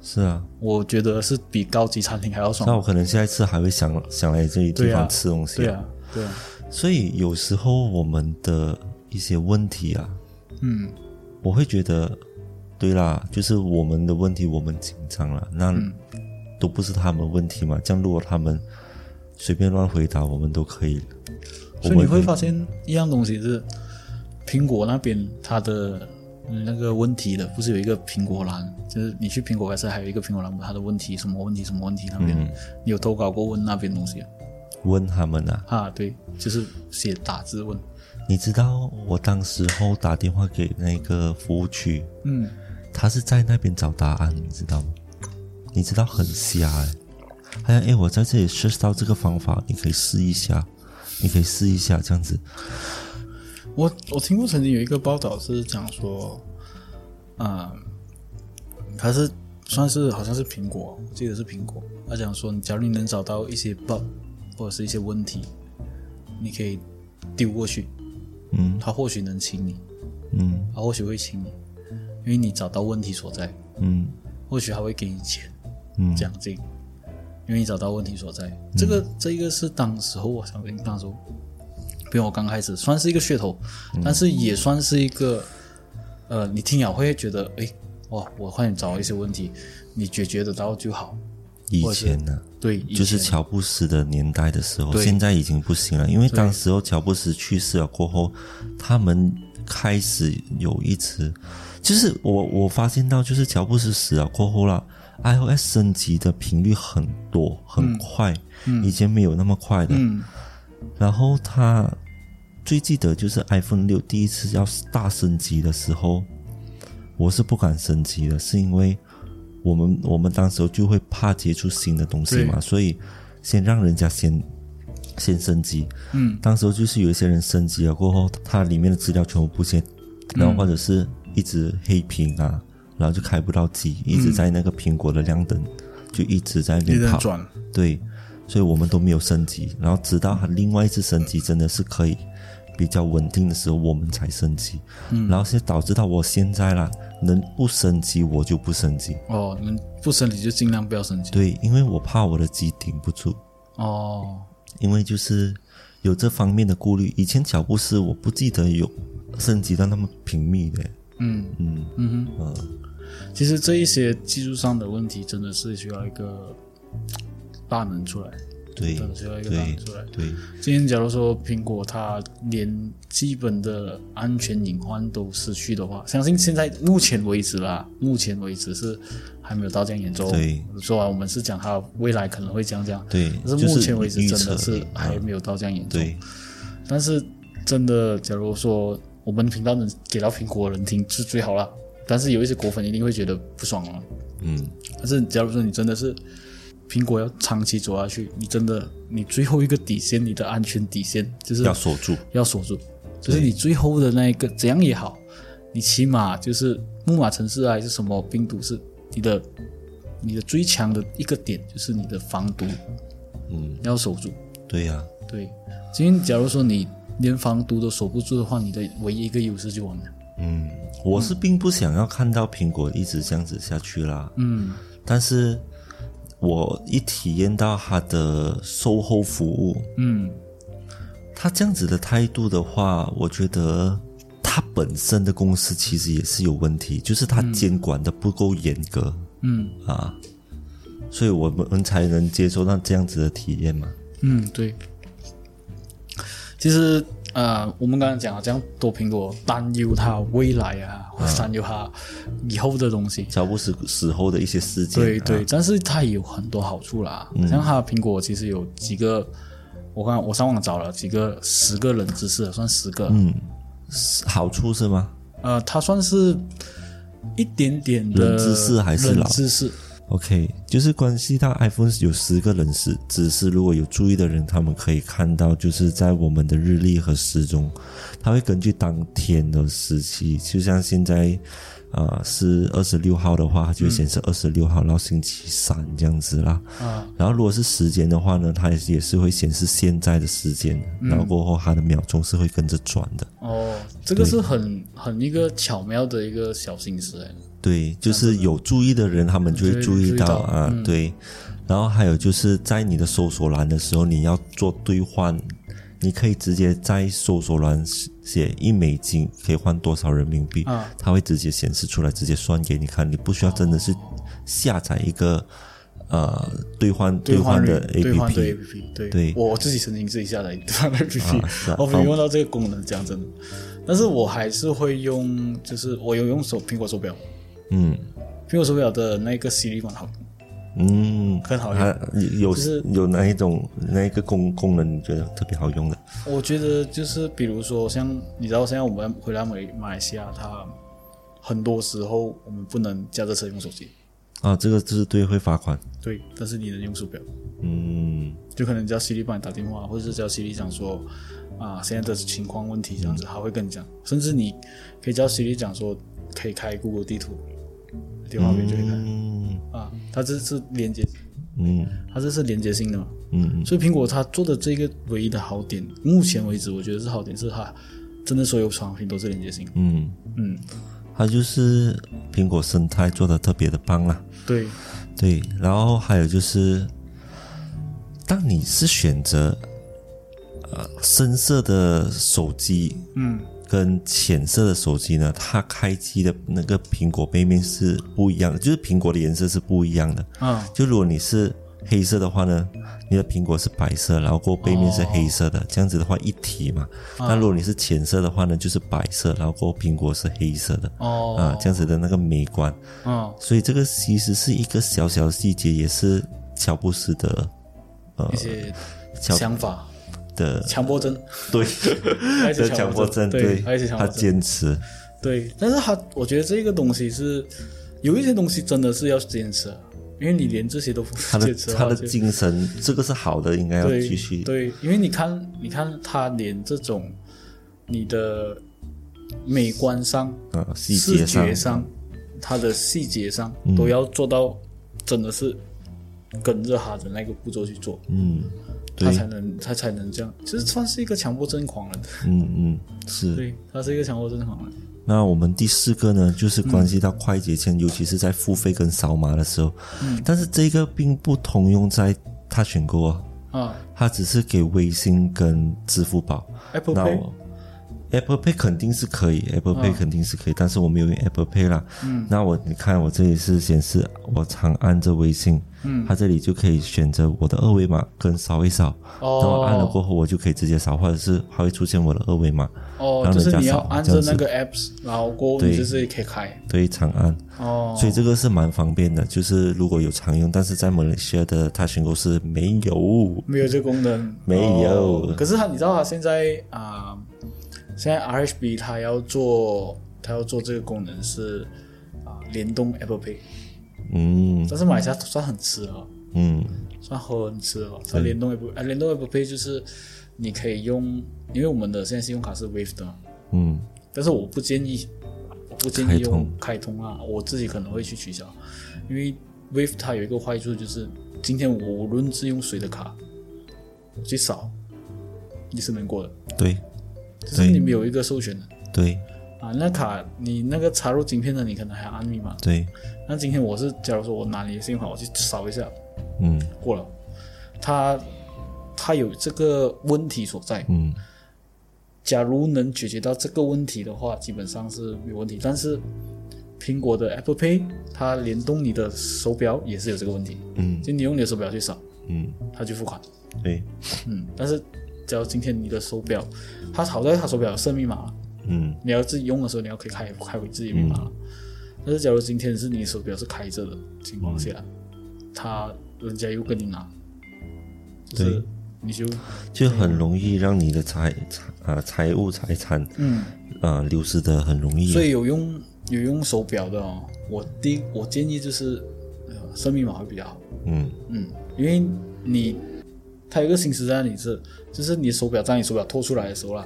Speaker 1: 是啊，
Speaker 3: 我觉得是比高级餐厅还要爽。
Speaker 1: 那我可能下一次还会想想来这里地
Speaker 3: 对啊
Speaker 1: 方吃东西、
Speaker 3: 对啊，对啊，
Speaker 1: 所以有时候我们的一些问题啊，
Speaker 3: 嗯
Speaker 1: 我会觉得，对啦，就是我们的问题，我们紧张了，那
Speaker 3: 嗯
Speaker 1: 都不是他们问题嘛。这样如果他们随便乱回答，我们都可以。我
Speaker 3: 所以你
Speaker 1: 们
Speaker 3: 会发现一样东西是，苹果那边它的嗯那个问题的，不是有一个苹果栏，就是你去苹果公司还有一个苹果栏目，它的问题什么问题什么问题那边，你有投稿过问那边东西
Speaker 1: 问他们啊，
Speaker 3: 啊？对，就是写打字问，
Speaker 1: 你知道我当时候打电话给那个服务区，
Speaker 3: 嗯，
Speaker 1: 他是在那边找答案，你知道吗？你知道很瞎哎、他像哎，诶我在这里 search 到这个方法，你可以试一下，你可以试一下这样子。
Speaker 4: 我我听过曾经有一个报道是讲说，嗯，他是算是好像是苹果，我记得是苹果，他讲说，假如你能找到一些 bug 或者是一些问题，你可以丢过去，
Speaker 1: 嗯
Speaker 4: 他或许能请你，
Speaker 1: 嗯
Speaker 4: 他或许会请你，因为你找到问题所在，
Speaker 1: 嗯
Speaker 4: 或许他会给你钱
Speaker 1: 嗯，
Speaker 4: 奖金，因为你找到问题所在。这个这一个是当时候我相信当时候，比我刚开始算是一个噱头，
Speaker 1: 嗯
Speaker 4: 但是也算是一个，呃，你听了会觉得，哎，哇，我快点找到一些问题，你解决得到就好。
Speaker 1: 以前啊呢、
Speaker 4: 对，以
Speaker 1: 就是
Speaker 4: 前
Speaker 1: 乔布斯的年代的时候，
Speaker 4: 对
Speaker 1: 现在已经不行了，因为当时候乔布斯去世了过后，他们开始有一直，就是我我发现到，就是乔布斯死了过后啦，iOS 升级的频率很多
Speaker 4: 嗯
Speaker 1: 很快，以前没有那么快的。
Speaker 3: 嗯
Speaker 1: 然后他最记得就是 iPhone 六第一次要大升级的时候，我是不敢升级的，是因为我们我们当时候就会怕接触新的东西嘛，
Speaker 3: 对
Speaker 1: 所以先让人家先先升级。
Speaker 3: 嗯，
Speaker 1: 当时候就是有一些人升级了过后，它里面的资料全部不见，然后或者是一直黑屏啊，然后就开不到机，一直在那个苹果的亮灯，就一直在那
Speaker 4: 一
Speaker 1: 边
Speaker 4: 直
Speaker 1: 跑。
Speaker 4: 转，
Speaker 1: 对，所以我们都没有升级，然后直到它另外一次升级真的是可以比较稳定的时候，我们才升级。
Speaker 3: 嗯
Speaker 1: 然后现在导致到我现在啦，能不升级我就不升级，
Speaker 3: 哦，能不升级就尽量不要升级。
Speaker 1: 对，因为我怕我的机顶不住，
Speaker 3: 哦，
Speaker 1: 因为就是有这方面的顾虑。以前脚步是我不记得有升级到那么频密的，
Speaker 3: 嗯
Speaker 1: 嗯
Speaker 3: 嗯
Speaker 1: 呃，
Speaker 3: 哼，其实这一些技术上的问题真的是需要一个大能出来，
Speaker 1: 对
Speaker 3: 真的需要一个大
Speaker 1: 对
Speaker 3: 能出来。
Speaker 1: 对，
Speaker 3: 今天假如说苹果它连基本的安全隐患都失去的话，相信现在目前为止啦，目前为止是还没有到这样严重。
Speaker 1: 对，
Speaker 3: 说完我们是讲它未来可能会这样这样，
Speaker 1: 对
Speaker 3: 但
Speaker 1: 就是
Speaker 3: 目前为止
Speaker 1: 预
Speaker 3: 真
Speaker 1: 测
Speaker 3: 的是
Speaker 1: 啊
Speaker 3: 还没有到这样严重。
Speaker 1: 对，
Speaker 3: 但是真的，假如说我们频道能给到苹果的人听是最好啦，但是有一些果粉一定会觉得不爽啊。
Speaker 1: 嗯，
Speaker 3: 但是假如说你真的是苹果要长期走下去，你真的你最后一个底线，你的安全底线就是
Speaker 1: 要锁住，
Speaker 3: 要锁住，就是你最后的那一个怎样也好，你起码就是木马城市啊还是什么病毒是你的你的最强的一个点，就是你的防毒，
Speaker 1: 嗯，
Speaker 3: 你要守住。
Speaker 1: 对啊呀、
Speaker 3: 对，今天假如说你连防毒都守不住的话，你的唯一一个优势就完了。
Speaker 1: 嗯，我是并不想要看到苹果一直这样子下去啦。嗯，但是我一体验到它的售后服务，
Speaker 3: 嗯，
Speaker 1: 它这样子的态度的话，我觉得它本身的公司其实也是有问题，就是它监管的不够严格。
Speaker 3: 嗯
Speaker 1: 啊，所以我们才能接受到这样子的体验嘛。
Speaker 3: 嗯，对。其实呃，我们刚刚讲了这样多苹果担忧它未来啊，或担忧它以后的东西。
Speaker 1: 乔布斯死后的一些事件，
Speaker 3: 对对，
Speaker 1: 啊嗯
Speaker 3: 但是它也有很多好处啦，像它苹果其实有几个，我刚我上网找了几个十个冷知识，算十个，
Speaker 1: 嗯，好处是吗？
Speaker 3: 呃，它算是一点点的
Speaker 1: 冷知识还是
Speaker 3: 冷
Speaker 1: 老
Speaker 3: 知识，
Speaker 1: OK，就是关系到 iPhone 有十个人是只是如果有注意的人，他们可以看到，就是在我们的日历和时钟，它会根据当天的时期，就像现在，啊是二十六号的话，它就会显示二十六号，然后星期三这样子啦。
Speaker 3: 啊，
Speaker 1: 然后如果是时间的话呢，它也也是会显示现在的时间，然后过后它的秒钟是会跟着转的。
Speaker 3: 哦，这个是很很一个巧妙的一个小心思哎。
Speaker 1: 对，就是有注意的人，他们就会注意到啊，
Speaker 3: 嗯
Speaker 1: 对。然后还有就是在你的搜索栏的时候，你要做兑换，你可以直接在搜索栏写一美金可以换多少人民币，
Speaker 3: 啊
Speaker 1: 它会直接显示出来，直接算给你看，你不需要真的是下载一个呃兑换兑换的
Speaker 3: 人
Speaker 1: A
Speaker 3: 兑
Speaker 1: P
Speaker 3: 换的 A
Speaker 1: P。
Speaker 3: P P，对，
Speaker 1: 对
Speaker 3: 我我自己曾经自己下载兑换的 A P
Speaker 1: 啊是
Speaker 3: P，
Speaker 1: 啊
Speaker 3: 我没
Speaker 1: 好
Speaker 3: 用到这个功能，讲真的。但是我还是会用，就是我有用手苹果手表，
Speaker 1: 嗯
Speaker 3: 苹果手表的那个 Siri 蛮好用，
Speaker 1: 嗯，
Speaker 3: 很好用
Speaker 1: 它有
Speaker 3: 就是
Speaker 1: 有哪一种哪一个功功能你觉得特别好用的？
Speaker 3: 我觉得就是比如说像你知道，现在我们回来马来马来西亚，它很多时候我们不能驾着车用手机，
Speaker 1: 啊，这个就是对会罚款。
Speaker 3: 对，但是你能用手表，
Speaker 1: 嗯
Speaker 3: 就可能叫 Siri 帮你打电话，或者是叫 Siri 讲说啊现在的情况问题这样子，他会跟你讲，甚至你可以叫 Siri 讲说可以开 Google 地图，电话里面就可以开、
Speaker 1: 嗯
Speaker 3: 啊，它这是连接，
Speaker 1: 嗯
Speaker 3: 它这是连接性的嘛，
Speaker 1: 嗯
Speaker 3: 所以苹果它做的这个唯一的好点，目前为止我觉得是好点是它真的所有产品都是连接性，
Speaker 1: 嗯，
Speaker 3: 嗯，
Speaker 1: 它就是苹果生态做的特别的棒啦。
Speaker 3: 对，
Speaker 1: 对，然后还有就是，当你是选择呃深色的手机
Speaker 3: 嗯，
Speaker 1: 跟浅色的手机呢，它开机的那个苹果背面是不一样的，就是苹果的颜色是不一样的。
Speaker 3: 啊，
Speaker 1: 就如果你是黑色的话呢，你的苹果是白色，然后过后背面是黑色的，这样子的话一体嘛。
Speaker 3: 啊
Speaker 1: 那如果你是浅色的话呢，就是白色，然后过后苹果是黑色的。
Speaker 3: 哦，
Speaker 1: 啊，这样子的那个美观，
Speaker 3: 嗯，
Speaker 1: 所以这个其实是一个小小的细节，也是乔布斯的
Speaker 3: 一些
Speaker 1: 乔
Speaker 3: 想法，
Speaker 1: 的
Speaker 3: 强迫症，
Speaker 1: 对
Speaker 3: 还是
Speaker 1: 的强迫症，
Speaker 3: 对，
Speaker 1: 对
Speaker 3: 还是强，
Speaker 1: 他
Speaker 3: 迫症，
Speaker 1: 坚持，
Speaker 3: 对，但是他，我觉得这个东西是有一些东西真的是要坚持啊，因为你连这些都不
Speaker 1: 他的
Speaker 3: 坚持
Speaker 1: 他
Speaker 3: 话
Speaker 1: 的
Speaker 3: 就
Speaker 1: 精神，这个是好的，应该要继
Speaker 3: 对
Speaker 1: 续。
Speaker 3: 对，因为你看，你看他连这种你的美观上、
Speaker 1: 呃，细
Speaker 3: 视
Speaker 1: 节
Speaker 3: 觉
Speaker 1: 上，嗯
Speaker 3: 上、它的细节上都要做到，真的是跟着他的那个步骤去做，
Speaker 1: 嗯，
Speaker 3: 他
Speaker 1: 对，
Speaker 3: 才能他才能这样，其实算是一个强迫症 狂人，
Speaker 1: 嗯嗯是。
Speaker 3: 对，他是一个强迫症狂人，
Speaker 1: 那我们第四个呢，就是关系到快捷
Speaker 3: 嗯
Speaker 1: 键，尤其是在付费跟扫码的时候，但是这个并不通用在他选购啊，
Speaker 3: 啊
Speaker 1: 它只是给微信跟支付宝。
Speaker 3: ，Apple
Speaker 1: 那
Speaker 3: Pay
Speaker 1: 我 Apple Pay 肯定是可以，Apple
Speaker 3: 嗯
Speaker 1: Pay 肯定是可以，但是我没有用 Apple Pay 啦。那我你看我这里是显示我长按着微信，
Speaker 3: 嗯
Speaker 1: 它这里就可以选择我的二维码跟扫一扫，
Speaker 3: 哦
Speaker 1: 然后按了过后我就可以直接扫，或者是它会出现我的二维码，
Speaker 3: 哦，
Speaker 1: 让
Speaker 3: 就
Speaker 1: 人
Speaker 3: 是
Speaker 1: 家
Speaker 3: 你要
Speaker 1: 扫
Speaker 3: 按
Speaker 1: 这
Speaker 3: 着
Speaker 1: 样
Speaker 3: 那
Speaker 1: 子。
Speaker 3: 个 apps，然后过后你
Speaker 1: 对
Speaker 3: 就自己可以开
Speaker 1: 对，长按，
Speaker 3: 哦，
Speaker 1: 所以这个是蛮方便的，就是如果有常用，但是在马来西亚的它选购是没有。
Speaker 3: 没有这功能，
Speaker 1: 没有
Speaker 3: 哦可是他，你知道他现在啊、现在 RHB 他要做，他要做这个功能是啊、联动 Apple Pay，
Speaker 1: 嗯
Speaker 3: 但是马来西亚算很迟了，
Speaker 1: 嗯
Speaker 3: 算很迟了。它联动 Apple，、啊、联动 Apple Pay 就是你可以用，因为我们的现在信用卡是 Wave 的嘛，
Speaker 1: 嗯，
Speaker 3: 但是我不建议，我不建
Speaker 1: 开
Speaker 3: 议
Speaker 1: 通
Speaker 3: 用开通啊，我自己可能会去取消，因为 Wave 它有一个坏处就是，今天我无论是用谁的卡，我去扫，你是能过的，
Speaker 1: 对
Speaker 3: 就是你没有一个授权的
Speaker 1: 对
Speaker 3: 啊。那卡你那个插入晶片的，你可能还要按密码。
Speaker 1: 对，
Speaker 3: 那今天我是，假如说我拿你的信用卡，我去扫一下，
Speaker 1: 嗯
Speaker 3: 过了，它它有这个问题所在。
Speaker 1: 嗯
Speaker 3: 假如能解决到这个问题的话，基本上是没有问题。但是苹果的 Apple Pay 它联动你的手表也是有这个问题，
Speaker 1: 嗯
Speaker 3: 就你用你的手表去扫，
Speaker 1: 嗯，
Speaker 3: 它去付款。
Speaker 1: 对，
Speaker 3: 嗯，但是假如今天你的手表，它好在它手表有设密码了，
Speaker 1: 嗯。
Speaker 3: 你要自己用的时候你要可以开开回自己的密码了。但是假如今天是你手表是开着的情况下，它人家又跟你拿，就是
Speaker 1: 对
Speaker 3: 你就
Speaker 1: 就很容易让你的财财啊财务财产
Speaker 3: 嗯。
Speaker 1: 啊、流失的很容易啊。
Speaker 3: 所以有用有用手表的哦，我第我建议就是，呃，设密码会比较好。
Speaker 1: 嗯
Speaker 3: 嗯，因为你它有一个新时代，你是就是你手表在你手表脱出来的时候啦，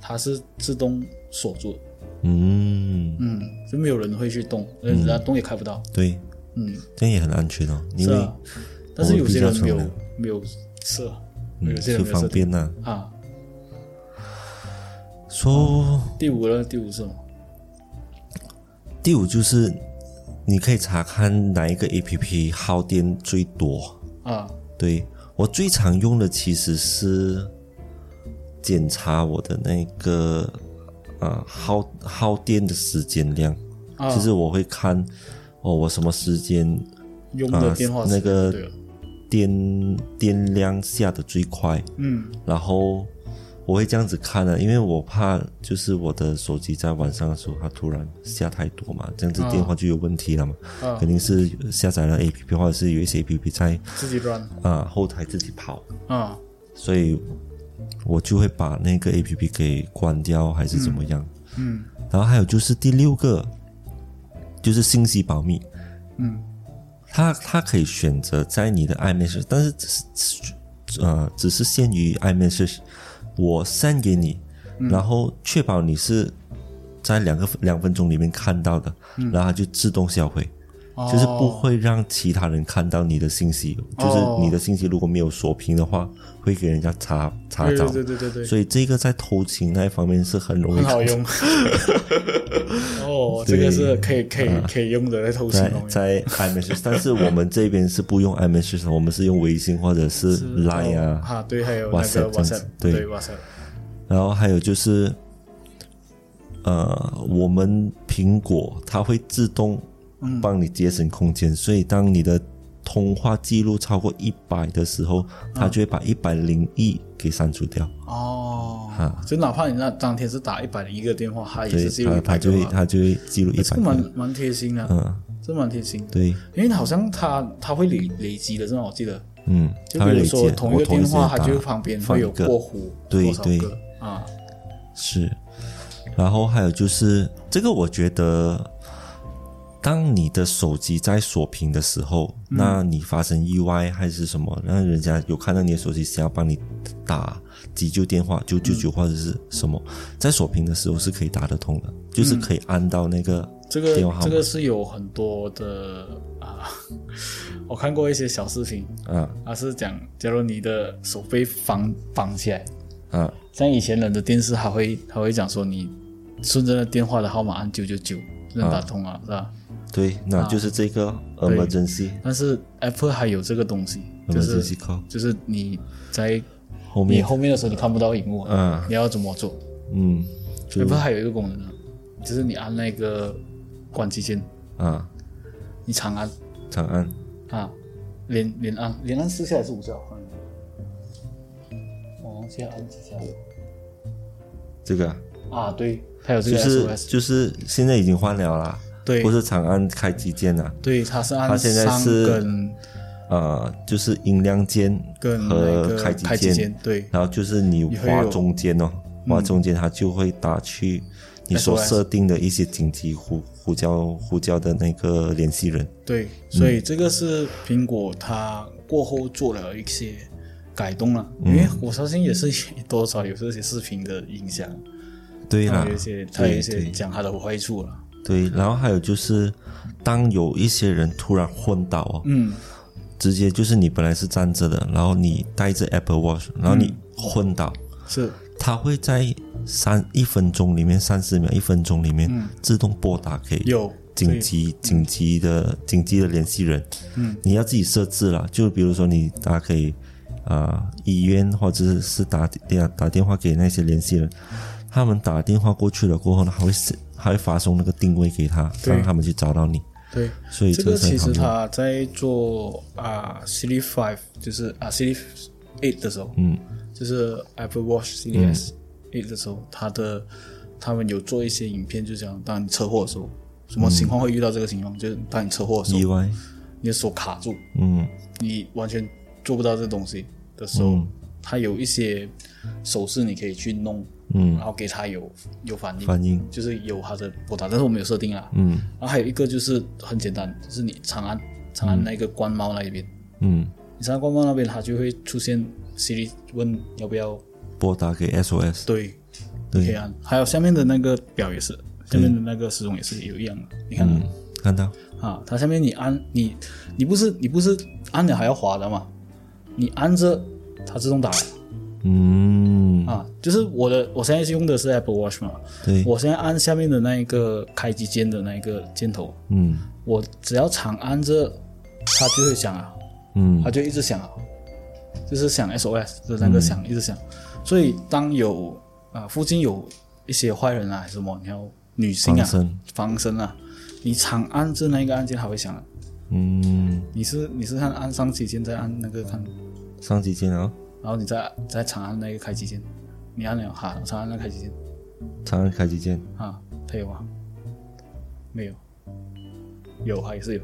Speaker 3: 它是自动锁住的，
Speaker 1: 嗯，
Speaker 3: 嗯，就没有人会去动，人家动也开不到，
Speaker 1: 对，
Speaker 3: 嗯，
Speaker 1: 这样也很安全哦，因
Speaker 3: 是
Speaker 1: 为、
Speaker 3: 啊。但是有些人没有
Speaker 1: 我们
Speaker 3: 没有设，
Speaker 1: 嗯
Speaker 3: 有些人
Speaker 1: 就
Speaker 3: 没有设
Speaker 1: 方便呐、
Speaker 3: 啊，
Speaker 1: 说
Speaker 3: 第五呢？第五是什么？
Speaker 1: 第五就是你可以查看哪一个 A P P 耗电最多。
Speaker 3: 啊，
Speaker 1: 对我最常用的其实是检查我的那个呃耗耗电的时间量。
Speaker 3: 啊
Speaker 1: 其实我会看哦，我什么时间
Speaker 3: 用
Speaker 1: 啊
Speaker 3: 的电话时间
Speaker 1: 那个
Speaker 3: 对了
Speaker 1: 电电量下的最快，
Speaker 3: 嗯
Speaker 1: 然后我会这样子看的、因为我怕就是我的手机在晚上的时候它突然下太多嘛，这样子电话就有问题了嘛，
Speaker 3: 啊
Speaker 1: 肯，定是下载了 A P P 或者是有一些 A P P 在
Speaker 3: 自己 run
Speaker 1: 啊、后台自己跑，
Speaker 3: 啊，
Speaker 1: 所以我就会把那个 A P P 给关掉还是怎么样。
Speaker 3: 嗯
Speaker 1: 然后还有就是第六个，就是信息保密，
Speaker 3: 嗯
Speaker 1: 它它可以选择在你的 iMessage，但是只是呃只是限于 iMessage，我 send 给你，
Speaker 3: 嗯
Speaker 1: 然后确保你是在两个两分钟里面看到的，
Speaker 3: 嗯
Speaker 1: 然后它就自动销毁。就是不会让其他人看到你的信息，就
Speaker 3: 哦
Speaker 1: 是你的信息如果没有锁屏的话，会给人家查查
Speaker 3: 对
Speaker 1: 找。
Speaker 3: 对对对对对，
Speaker 1: 所以这个在偷情那一方面是很容易
Speaker 3: 很
Speaker 1: 看到
Speaker 3: 好用。哦，这个是可以可以可以用的，在偷情
Speaker 1: 啊在
Speaker 3: 方面。
Speaker 1: 在 iMessage，但是我们这边是不用 iMessage，的我们是用微信或者是 Line 啊，
Speaker 3: 啊，对，还有那
Speaker 1: WhatsApp
Speaker 3: 个
Speaker 1: 这样子
Speaker 3: WhatsApp，
Speaker 1: 对
Speaker 3: 对 WhatsApp，
Speaker 1: 然后还有就是，呃，我们苹果它会自动
Speaker 3: 嗯
Speaker 1: 帮你节省空间，所以当你的通话记录超过一百的时候，
Speaker 3: 嗯
Speaker 1: 它就会把一百零一给删除掉。
Speaker 3: 哦
Speaker 1: 啊，
Speaker 3: 就哪怕你那当天是打一百零一个电话，它也
Speaker 1: 对
Speaker 3: 是记录
Speaker 1: 他
Speaker 3: 一
Speaker 1: 他
Speaker 3: 百
Speaker 1: 就
Speaker 3: 个
Speaker 1: 会
Speaker 3: 嘛，
Speaker 1: 他就会记录一
Speaker 3: 这
Speaker 1: 百
Speaker 3: 个蛮
Speaker 1: 个，
Speaker 3: 蛮贴心的，
Speaker 1: 嗯，
Speaker 3: 这蛮贴心的，
Speaker 1: 对，
Speaker 3: 因为好像它它会累累积的，是吗？我记得，
Speaker 1: 嗯，
Speaker 3: 就
Speaker 1: 他
Speaker 3: 比
Speaker 1: 会累
Speaker 3: 如
Speaker 1: 积
Speaker 3: 说
Speaker 1: 的。
Speaker 3: 一
Speaker 1: 我
Speaker 3: 个电
Speaker 1: 时
Speaker 3: 话，它
Speaker 1: 打
Speaker 3: 就放边
Speaker 1: 放
Speaker 3: 会有
Speaker 1: 一个
Speaker 3: 过户
Speaker 1: 对
Speaker 3: 多少
Speaker 1: 对
Speaker 3: 个啊，
Speaker 1: 是，然后还有就是这个，我觉得，当你的手机在锁屏的时候，
Speaker 3: 嗯
Speaker 1: 那你发生意外还是什么，那人家有看到你的手机，想要帮你打急救电话九九九或者是什么，在锁屏的时候是可以打得通的，就是可以按到那个
Speaker 3: 嗯这个
Speaker 1: 电话号码
Speaker 3: 这个是有很多的啊， 我看过一些小视频，
Speaker 1: 啊
Speaker 3: 它是讲，假如你的手被绑绑起来，
Speaker 1: 啊
Speaker 3: 像以前人的电视还会还会讲说你顺着那电话的号码按九九九能打通啊，是吧？
Speaker 1: 对，
Speaker 3: 啊
Speaker 1: 那就是这个 emergency
Speaker 3: 但是 Apple 还有这个东西，就
Speaker 1: emergency
Speaker 3: 是
Speaker 1: call
Speaker 3: 就是你在
Speaker 1: 后
Speaker 3: 你
Speaker 1: 面，
Speaker 3: 后面的时候你看不到荧幕，啊
Speaker 1: 嗯
Speaker 3: 你要怎么做
Speaker 1: 嗯，就
Speaker 3: ？Apple 还有一个功能啊，就是你按那个关机键，
Speaker 1: 啊
Speaker 3: 你长按
Speaker 1: 长按
Speaker 3: 啊，连连按连按四下还是五下？我看一下我忘记了按几下了
Speaker 1: 这个啊。
Speaker 3: 啊？对，它有这
Speaker 1: 就
Speaker 3: 个
Speaker 1: 是
Speaker 3: SOS，
Speaker 1: 就是现在已经换了啦，
Speaker 3: 对
Speaker 1: 不是长按开啊机键啦，
Speaker 3: 对，它是
Speaker 1: 它
Speaker 3: 按
Speaker 1: 现在
Speaker 3: 上
Speaker 1: 是
Speaker 3: 跟
Speaker 1: 呃，就是音量键
Speaker 3: 跟那
Speaker 1: 和
Speaker 3: 个
Speaker 1: 开
Speaker 3: 机
Speaker 1: 键，嗯
Speaker 3: 键，对，
Speaker 1: 然后就是你
Speaker 3: 也会嗯
Speaker 1: 滑
Speaker 3: 有
Speaker 1: 中间哦，滑中间它就会打去你所
Speaker 3: SOS
Speaker 1: 设定的一些紧急呼呼叫呼叫的那个联系人，
Speaker 3: 对，所以这个是苹果它过后做了一些改动了，
Speaker 1: 嗯
Speaker 3: 因为我相信也是多少有这些视频的影响，
Speaker 1: 对
Speaker 3: 它
Speaker 1: 啦
Speaker 3: 有一些，它有
Speaker 1: 对
Speaker 3: 一些
Speaker 1: 对
Speaker 3: 讲它的坏处啊了。
Speaker 1: 对，然后还有就是。当有一些人突然昏倒哦，
Speaker 3: 嗯，
Speaker 1: 直接就是你本来是站着的，然后你带着 Apple Watch，然后你昏倒，
Speaker 3: 是
Speaker 1: 它会在三一分钟里面，三十秒一分钟里面、
Speaker 3: 嗯
Speaker 1: 自动拨打给
Speaker 3: 有
Speaker 1: 紧急紧急的紧急的联系人。
Speaker 3: 嗯，
Speaker 1: 你要自己设置了，就比如说你打给啊、呃医院或者是打电打电话给那些联系人，他们打电话过去了过后呢，还会还会发送那个定位给他，
Speaker 3: 对
Speaker 1: 让他们去找到你。
Speaker 3: 对。
Speaker 1: 所以
Speaker 3: 这
Speaker 1: 个
Speaker 3: 个
Speaker 1: 是很
Speaker 3: 其
Speaker 1: 好
Speaker 3: 实
Speaker 1: 用
Speaker 3: 它在做啊 Series Five，就是啊 Series Eight 的时候，
Speaker 1: 嗯，
Speaker 3: 就是 Apple Watch Series Eight 的时候，它的他们有做一些影片，就讲当你车祸的时候，什
Speaker 1: 嗯
Speaker 3: 么情况会遇到这个情况，就是当你车祸的时
Speaker 1: 意
Speaker 3: 候，
Speaker 1: 外，
Speaker 3: 你的手卡住，
Speaker 1: 嗯
Speaker 3: 你完全做不到这东西的时候，它有一些手势你可以去弄，
Speaker 1: 嗯
Speaker 3: 然后给它有有反应，
Speaker 1: 反应
Speaker 3: 就是有它的拨打，但是我们有设定啦，
Speaker 1: 嗯
Speaker 3: 然后还有一个就是很简单，就是你长安长安那个官猫那一边，
Speaker 1: 嗯，
Speaker 3: 你长安官猫那边它就会出现 Siri 问要不要
Speaker 1: 拨打给 SOS。
Speaker 3: 对，
Speaker 1: 对
Speaker 3: 你可以按。还有下面的那个表也是，下面的那个时钟也是有一样的，你看、
Speaker 1: 嗯，看到
Speaker 3: 啊，它下面你按你你不是你不是按了还要滑的嘛，你按着它自动打了
Speaker 1: 嗯
Speaker 3: 啊，就是我的，我现在是用的是 Apple Watch 嘛，
Speaker 1: 对，
Speaker 3: 我现在按下面的那一个开机键的那一个箭头，
Speaker 1: 嗯
Speaker 3: 我只要长按着，它就会响啊，
Speaker 1: 嗯
Speaker 3: 它就一直响啊，就是响 SOS 的那个
Speaker 1: 嗯
Speaker 3: 响，一直响。所以当有啊、附近有一些坏人啊，还是什么，你要女性啊
Speaker 1: 防身，
Speaker 3: 防身啊，你长按着那一个按键，它会响、啊。
Speaker 1: 嗯，
Speaker 3: 你是你是看按上机键，再按那个看，
Speaker 1: 上几件啊，
Speaker 3: 然后你再再长按那个开机键，你按了哈，长按那个开机键
Speaker 1: 长按开几件，
Speaker 3: 啊，它有吗？没有，有还是有，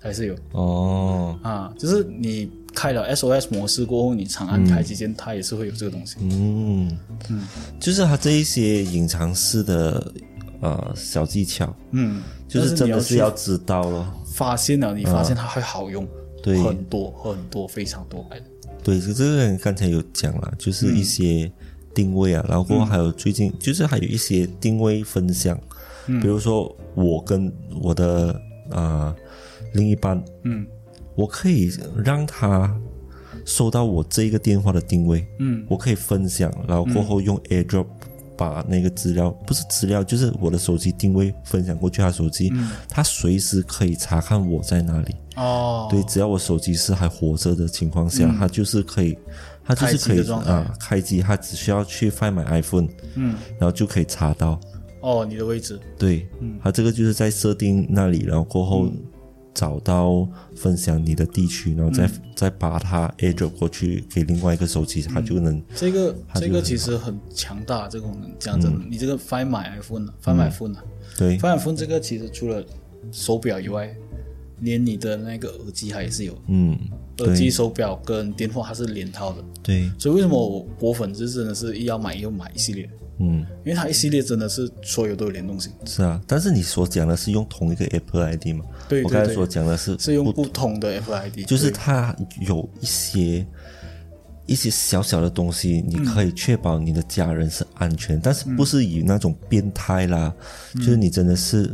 Speaker 3: 还是有。
Speaker 1: 哦，
Speaker 3: 啊，就是你开了 SOS 模式过后，你长按开机键，它也是会有这个东西。
Speaker 1: 嗯，就是它这一些隐藏式的呃小技巧，
Speaker 3: 嗯，
Speaker 1: 就
Speaker 3: 但
Speaker 1: 是
Speaker 3: 是
Speaker 1: 真
Speaker 3: 你
Speaker 1: 的
Speaker 3: 要
Speaker 1: 是
Speaker 3: 去
Speaker 1: 要知道咯。
Speaker 3: 发现了，你发现它会好用，
Speaker 1: 对
Speaker 3: 很多很多，非常多。哎
Speaker 1: 对，这这个刚才有讲了，就是一些定位啊，然后过后还有最近就是还有一些定位分享，
Speaker 3: 嗯
Speaker 1: 比如说我跟我的啊、呃另一半，
Speaker 3: 嗯
Speaker 1: 我可以让他收到我这一个电话的定位，
Speaker 3: 嗯，
Speaker 1: 我可以分享，然后过后用 AirDrop 把那个资料，不是资料，就是我的手机定位分享过去他手机，
Speaker 3: 嗯
Speaker 1: 他随时可以查看我在哪里。
Speaker 3: 哦，嗯
Speaker 1: 对，只要我手机是还活着的情况下，它就是可以，它就是可
Speaker 3: 开机的
Speaker 1: 以
Speaker 3: 状态
Speaker 1: 啊开机，它只需要去 Find My iPhone，嗯，然后就可以查到。
Speaker 3: 哦，你的位置，
Speaker 1: 对，
Speaker 3: 嗯
Speaker 1: 它这个就是在设定那里，然后过后找到分享你的地区，然后再、
Speaker 3: 嗯
Speaker 1: 再把它 AirDrop 过去给另外一个手机，它就能
Speaker 3: 这个
Speaker 1: 就嗯
Speaker 3: 这个其实很强大，这个功能。讲真的，你这个 Find My iPhone 啊，Find My Phone 啊
Speaker 1: 对
Speaker 3: ，Find My Phone 这个其实除了手表以外，连你的那个耳机它也是有，
Speaker 1: 嗯，
Speaker 3: 耳机、
Speaker 1: 对
Speaker 3: 手表跟电话它是连套的。
Speaker 1: 对，
Speaker 3: 所以为什么我果粉就真的是一要买又买一系列，
Speaker 1: 嗯，
Speaker 3: 因为它一系列真的是所有都有联动性，
Speaker 1: 是啊。但是你所讲的是用同一个 Apple ID 嘛？
Speaker 3: 对
Speaker 1: 我
Speaker 3: 对
Speaker 1: 刚才
Speaker 3: 对
Speaker 1: 所讲的是
Speaker 3: 是用不同的 FID，
Speaker 1: 就是它有一些一些小小的东西，你可以确保你的家人是安全，但是不是以那种变态啦，就是你真的是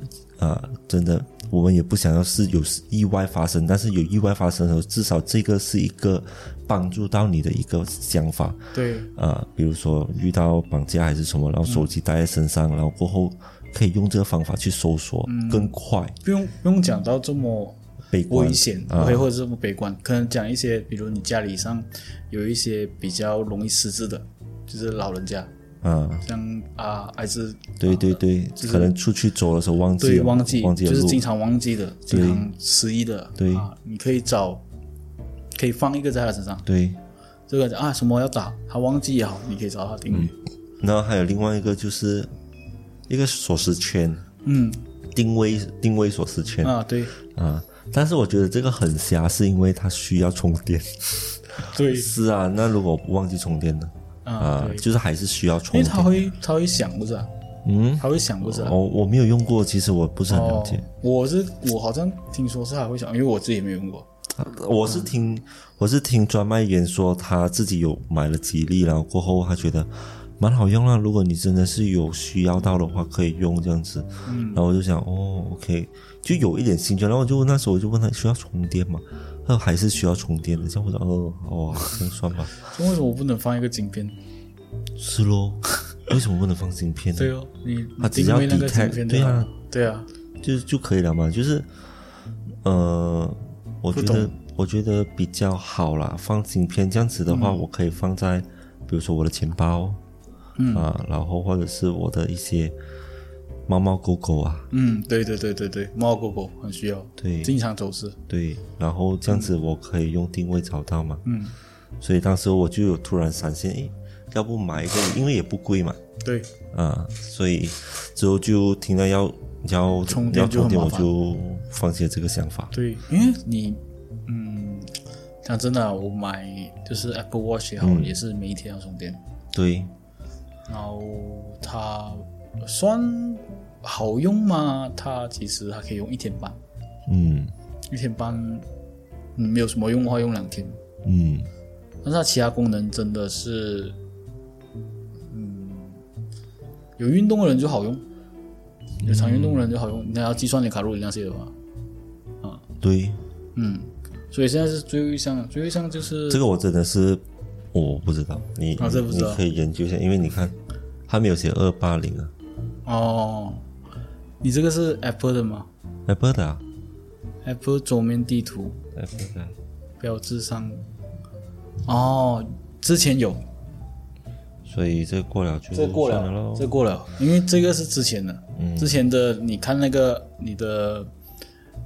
Speaker 1: 啊、呃真的，我们也不想要是有意外发生，但是有意外发生的时候，至少这个是一个帮助到你的一个想法。
Speaker 3: 对
Speaker 1: 啊，比如说遇到绑架还是什么，然后手机带在身上，然后过后可以用这个方法去搜索，更快
Speaker 3: 不用不用讲到这么
Speaker 1: 被关
Speaker 3: 危险，
Speaker 1: 啊
Speaker 3: 或或者这么悲观，可能讲一些，比如你家里上有一些比较容易失智的，就是老人家，
Speaker 1: 啊，
Speaker 3: 像啊还是
Speaker 1: 对对对，可能出去走的时候忘记
Speaker 3: 对
Speaker 1: 了
Speaker 3: 忘记
Speaker 1: 啊忘记了
Speaker 3: 就是
Speaker 1: 路，
Speaker 3: 经常忘记的，经常失忆的，
Speaker 1: 对
Speaker 3: 啊，你可以找可以放一个在他身上，
Speaker 1: 对。
Speaker 3: 这个啊什么要打他忘记也好，你可以找他定位，
Speaker 1: 然后还有另外一个就是一个锁匙圈，
Speaker 3: 嗯
Speaker 1: 定位定位锁匙圈啊
Speaker 3: 啊对
Speaker 1: 但是我觉得这个很瞎，是因为它需要充电。
Speaker 3: 对
Speaker 1: 是啊，那如果忘记充电呢？
Speaker 3: 啊
Speaker 1: 啊，
Speaker 3: 对。
Speaker 1: 就是还是需要
Speaker 3: 因
Speaker 1: 充
Speaker 3: 为
Speaker 1: 电
Speaker 3: 他。会他会想不是、啊？
Speaker 1: 嗯，
Speaker 3: 他会哦想不是、啊？
Speaker 1: 我我没有用过，其实我不是很了解。
Speaker 3: 我是我好像听说是还会想，因为我自己也没用过。
Speaker 1: 我是听我是听专卖员说他自己有买了几粒，然后过后他觉得蛮好用啊啦。如果你真的是有需要到的话，可以用这样子。然后我就想，哦，OK，就有一点兴趣。然后我就问那时候我就问他需要充电吗？他说还是需要充电的。这样我说，哦，哦，这样算吧。
Speaker 3: 那为什么不能放一个晶片？
Speaker 1: 是咯，为什么不能放芯片呢？
Speaker 3: 对哦，你
Speaker 1: 它只
Speaker 3: 定
Speaker 1: 要
Speaker 3: 位那个
Speaker 1: detect，
Speaker 3: 晶片
Speaker 1: 对啊
Speaker 3: 吧，对啊，
Speaker 1: 就就可以了嘛。就是，呃，我觉
Speaker 3: 不
Speaker 1: 得我觉得比较好啦，放镜片这样子的话，
Speaker 3: 嗯
Speaker 1: 我可以放在比如说我的钱包，嗯啊，然后或者是我的一些猫猫狗狗啊，
Speaker 3: 嗯，对对对对对，猫狗狗很需要，
Speaker 1: 对
Speaker 3: 经常走失。
Speaker 1: 对，然后这样
Speaker 3: 嗯
Speaker 1: 子我可以用定位找到嘛。嗯，所以当时我就有突然闪现，诶，要不买一个，因为也不贵嘛。
Speaker 3: 对，
Speaker 1: 啊，所以之后就听到要要
Speaker 3: 充电
Speaker 1: 要
Speaker 3: 就
Speaker 1: 充
Speaker 3: 很
Speaker 1: 电，
Speaker 3: 麻
Speaker 1: 我
Speaker 3: 烦
Speaker 1: 就放弃了这个想法。
Speaker 3: 对，因为你，嗯，讲真的啊，我买就是 Apple Watch 也好，
Speaker 1: 嗯
Speaker 3: 也是每一天要充电，
Speaker 1: 对，
Speaker 3: 然后它算好用吗？它其实还可以用一天半，
Speaker 1: 嗯
Speaker 3: 一天半，嗯，没有什么用的话用两天。
Speaker 1: 嗯。
Speaker 3: 但是它其他功能真的是，嗯，有运动的人就好用，有常运动的人就好用。你还要计算你卡路里那些的吧？
Speaker 1: 对，
Speaker 3: 嗯，所以现在是最后一项，最后一项就是
Speaker 1: 这个我真的是我不知道，你、
Speaker 3: 啊这不知
Speaker 1: 你
Speaker 3: 道
Speaker 1: 可以研究一下，因为你看他没有写二八零啊，
Speaker 3: 哦，你这个是 Apple 的吗
Speaker 1: 哎，不的啊
Speaker 3: ？Apple 桌面地图
Speaker 1: 哎，不的啊，
Speaker 3: 标志上，哦，之前有，
Speaker 1: 所以这过了就
Speaker 3: 这过
Speaker 1: 算了
Speaker 3: 了，
Speaker 1: 咯嗯
Speaker 3: 这过了，因为这个是之前的，之前的你看那个你的，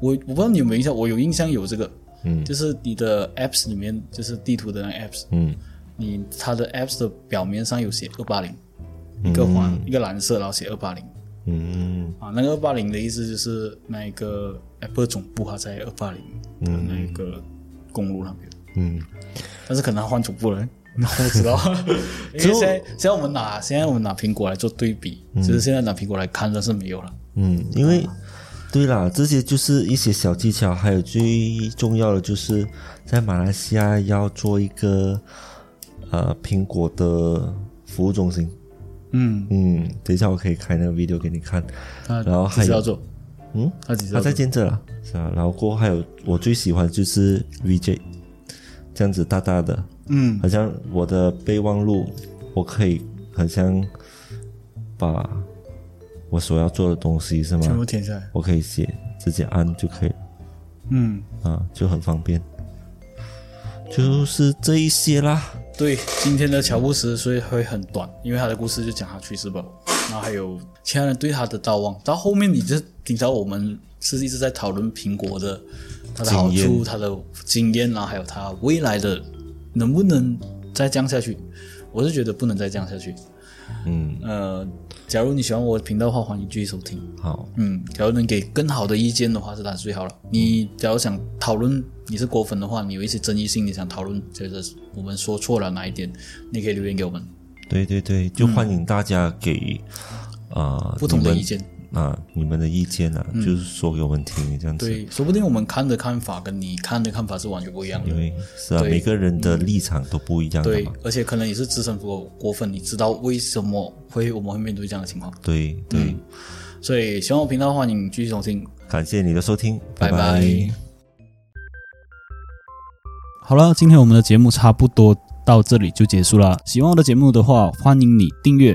Speaker 3: 我我不知道你有没有印象，我有印象有这个，
Speaker 1: 嗯
Speaker 3: 就是你的 Apps 里面就是地图的那个 Apps，
Speaker 1: 嗯，
Speaker 3: 你它的 Apps 的表面上有写二八零，一个黄一个蓝色，然后写二八零
Speaker 1: 嗯
Speaker 3: 啊，那个二八零的意思就是那一个 Apple 总部它在二八零的那个公路那边，
Speaker 1: 嗯，
Speaker 3: 但是可能它换总部了。 那我不 知道，因为现在现在我们拿现在我们拿苹果来做对比，其实现在拿苹果来看的是没有了。
Speaker 1: 嗯，因为对啦，这些就是一些小技巧，还有最重要的就是在马来西亚要做一个呃苹果的服务中心。
Speaker 3: 嗯，
Speaker 1: 嗯，等一下我可以开那个 video 给你看。
Speaker 3: 他
Speaker 1: 然后
Speaker 3: 几
Speaker 1: 还
Speaker 3: 时
Speaker 1: 有
Speaker 3: 要做？
Speaker 1: 嗯，
Speaker 3: 他几时
Speaker 1: 他
Speaker 3: 要
Speaker 1: 在
Speaker 3: 做？
Speaker 1: 兼职了，是啊。然后过后还有我最喜欢就是 VJ，这样子大大的，
Speaker 3: 嗯，
Speaker 1: 好像我的备忘录，我可以好像把我所要做的东西是吗？
Speaker 3: 全部填下来。
Speaker 1: 我可以写，直接按就可以了
Speaker 3: 嗯，
Speaker 1: 啊，就很方便。就是这一些啦，
Speaker 3: 对，今天的乔布斯所以会很短，因为他的故事就讲他去世吧，然后还有其他人对他的悼望。到后面你就听到我们是一直在讨论苹果的它的好
Speaker 1: 经验
Speaker 3: 处、它的经验啊，还有它未来的能不能再这样下去。我是觉得不能再这样下去。
Speaker 1: 嗯，
Speaker 3: 呃，假如你喜欢我的频道的话，欢迎继续收听。
Speaker 1: 好，
Speaker 3: 嗯，假如能给更好的意见的话，是当然最好了。你假如想讨论你是果粉的话，你有一些争议性，你想讨论觉得我们说错了哪一点，你可以留言给我们
Speaker 1: 对对对，就欢迎大家给啊、
Speaker 3: 不同的意见。嗯
Speaker 1: 你们啊，你们的意见啊，就是说给我们听这样子，
Speaker 3: 对，说不定我们看的看法跟你看的看法是完全不一样
Speaker 1: 因
Speaker 3: 的。
Speaker 1: 为是啊，
Speaker 3: 对
Speaker 1: 每个人的立场都不一样的
Speaker 3: 对
Speaker 1: 嘛，，
Speaker 3: 而且可能也是资深果果粉，你知道为什么会我们会面对这嗯样的情况。
Speaker 1: 对对
Speaker 3: 所以喜欢我频道的话，你继续收听，
Speaker 1: 感谢你的收听，
Speaker 3: 拜
Speaker 1: 拜
Speaker 3: 拜好了，今天我们的节目差不多到这里就结束了。喜欢我的节目的话，欢迎你订阅、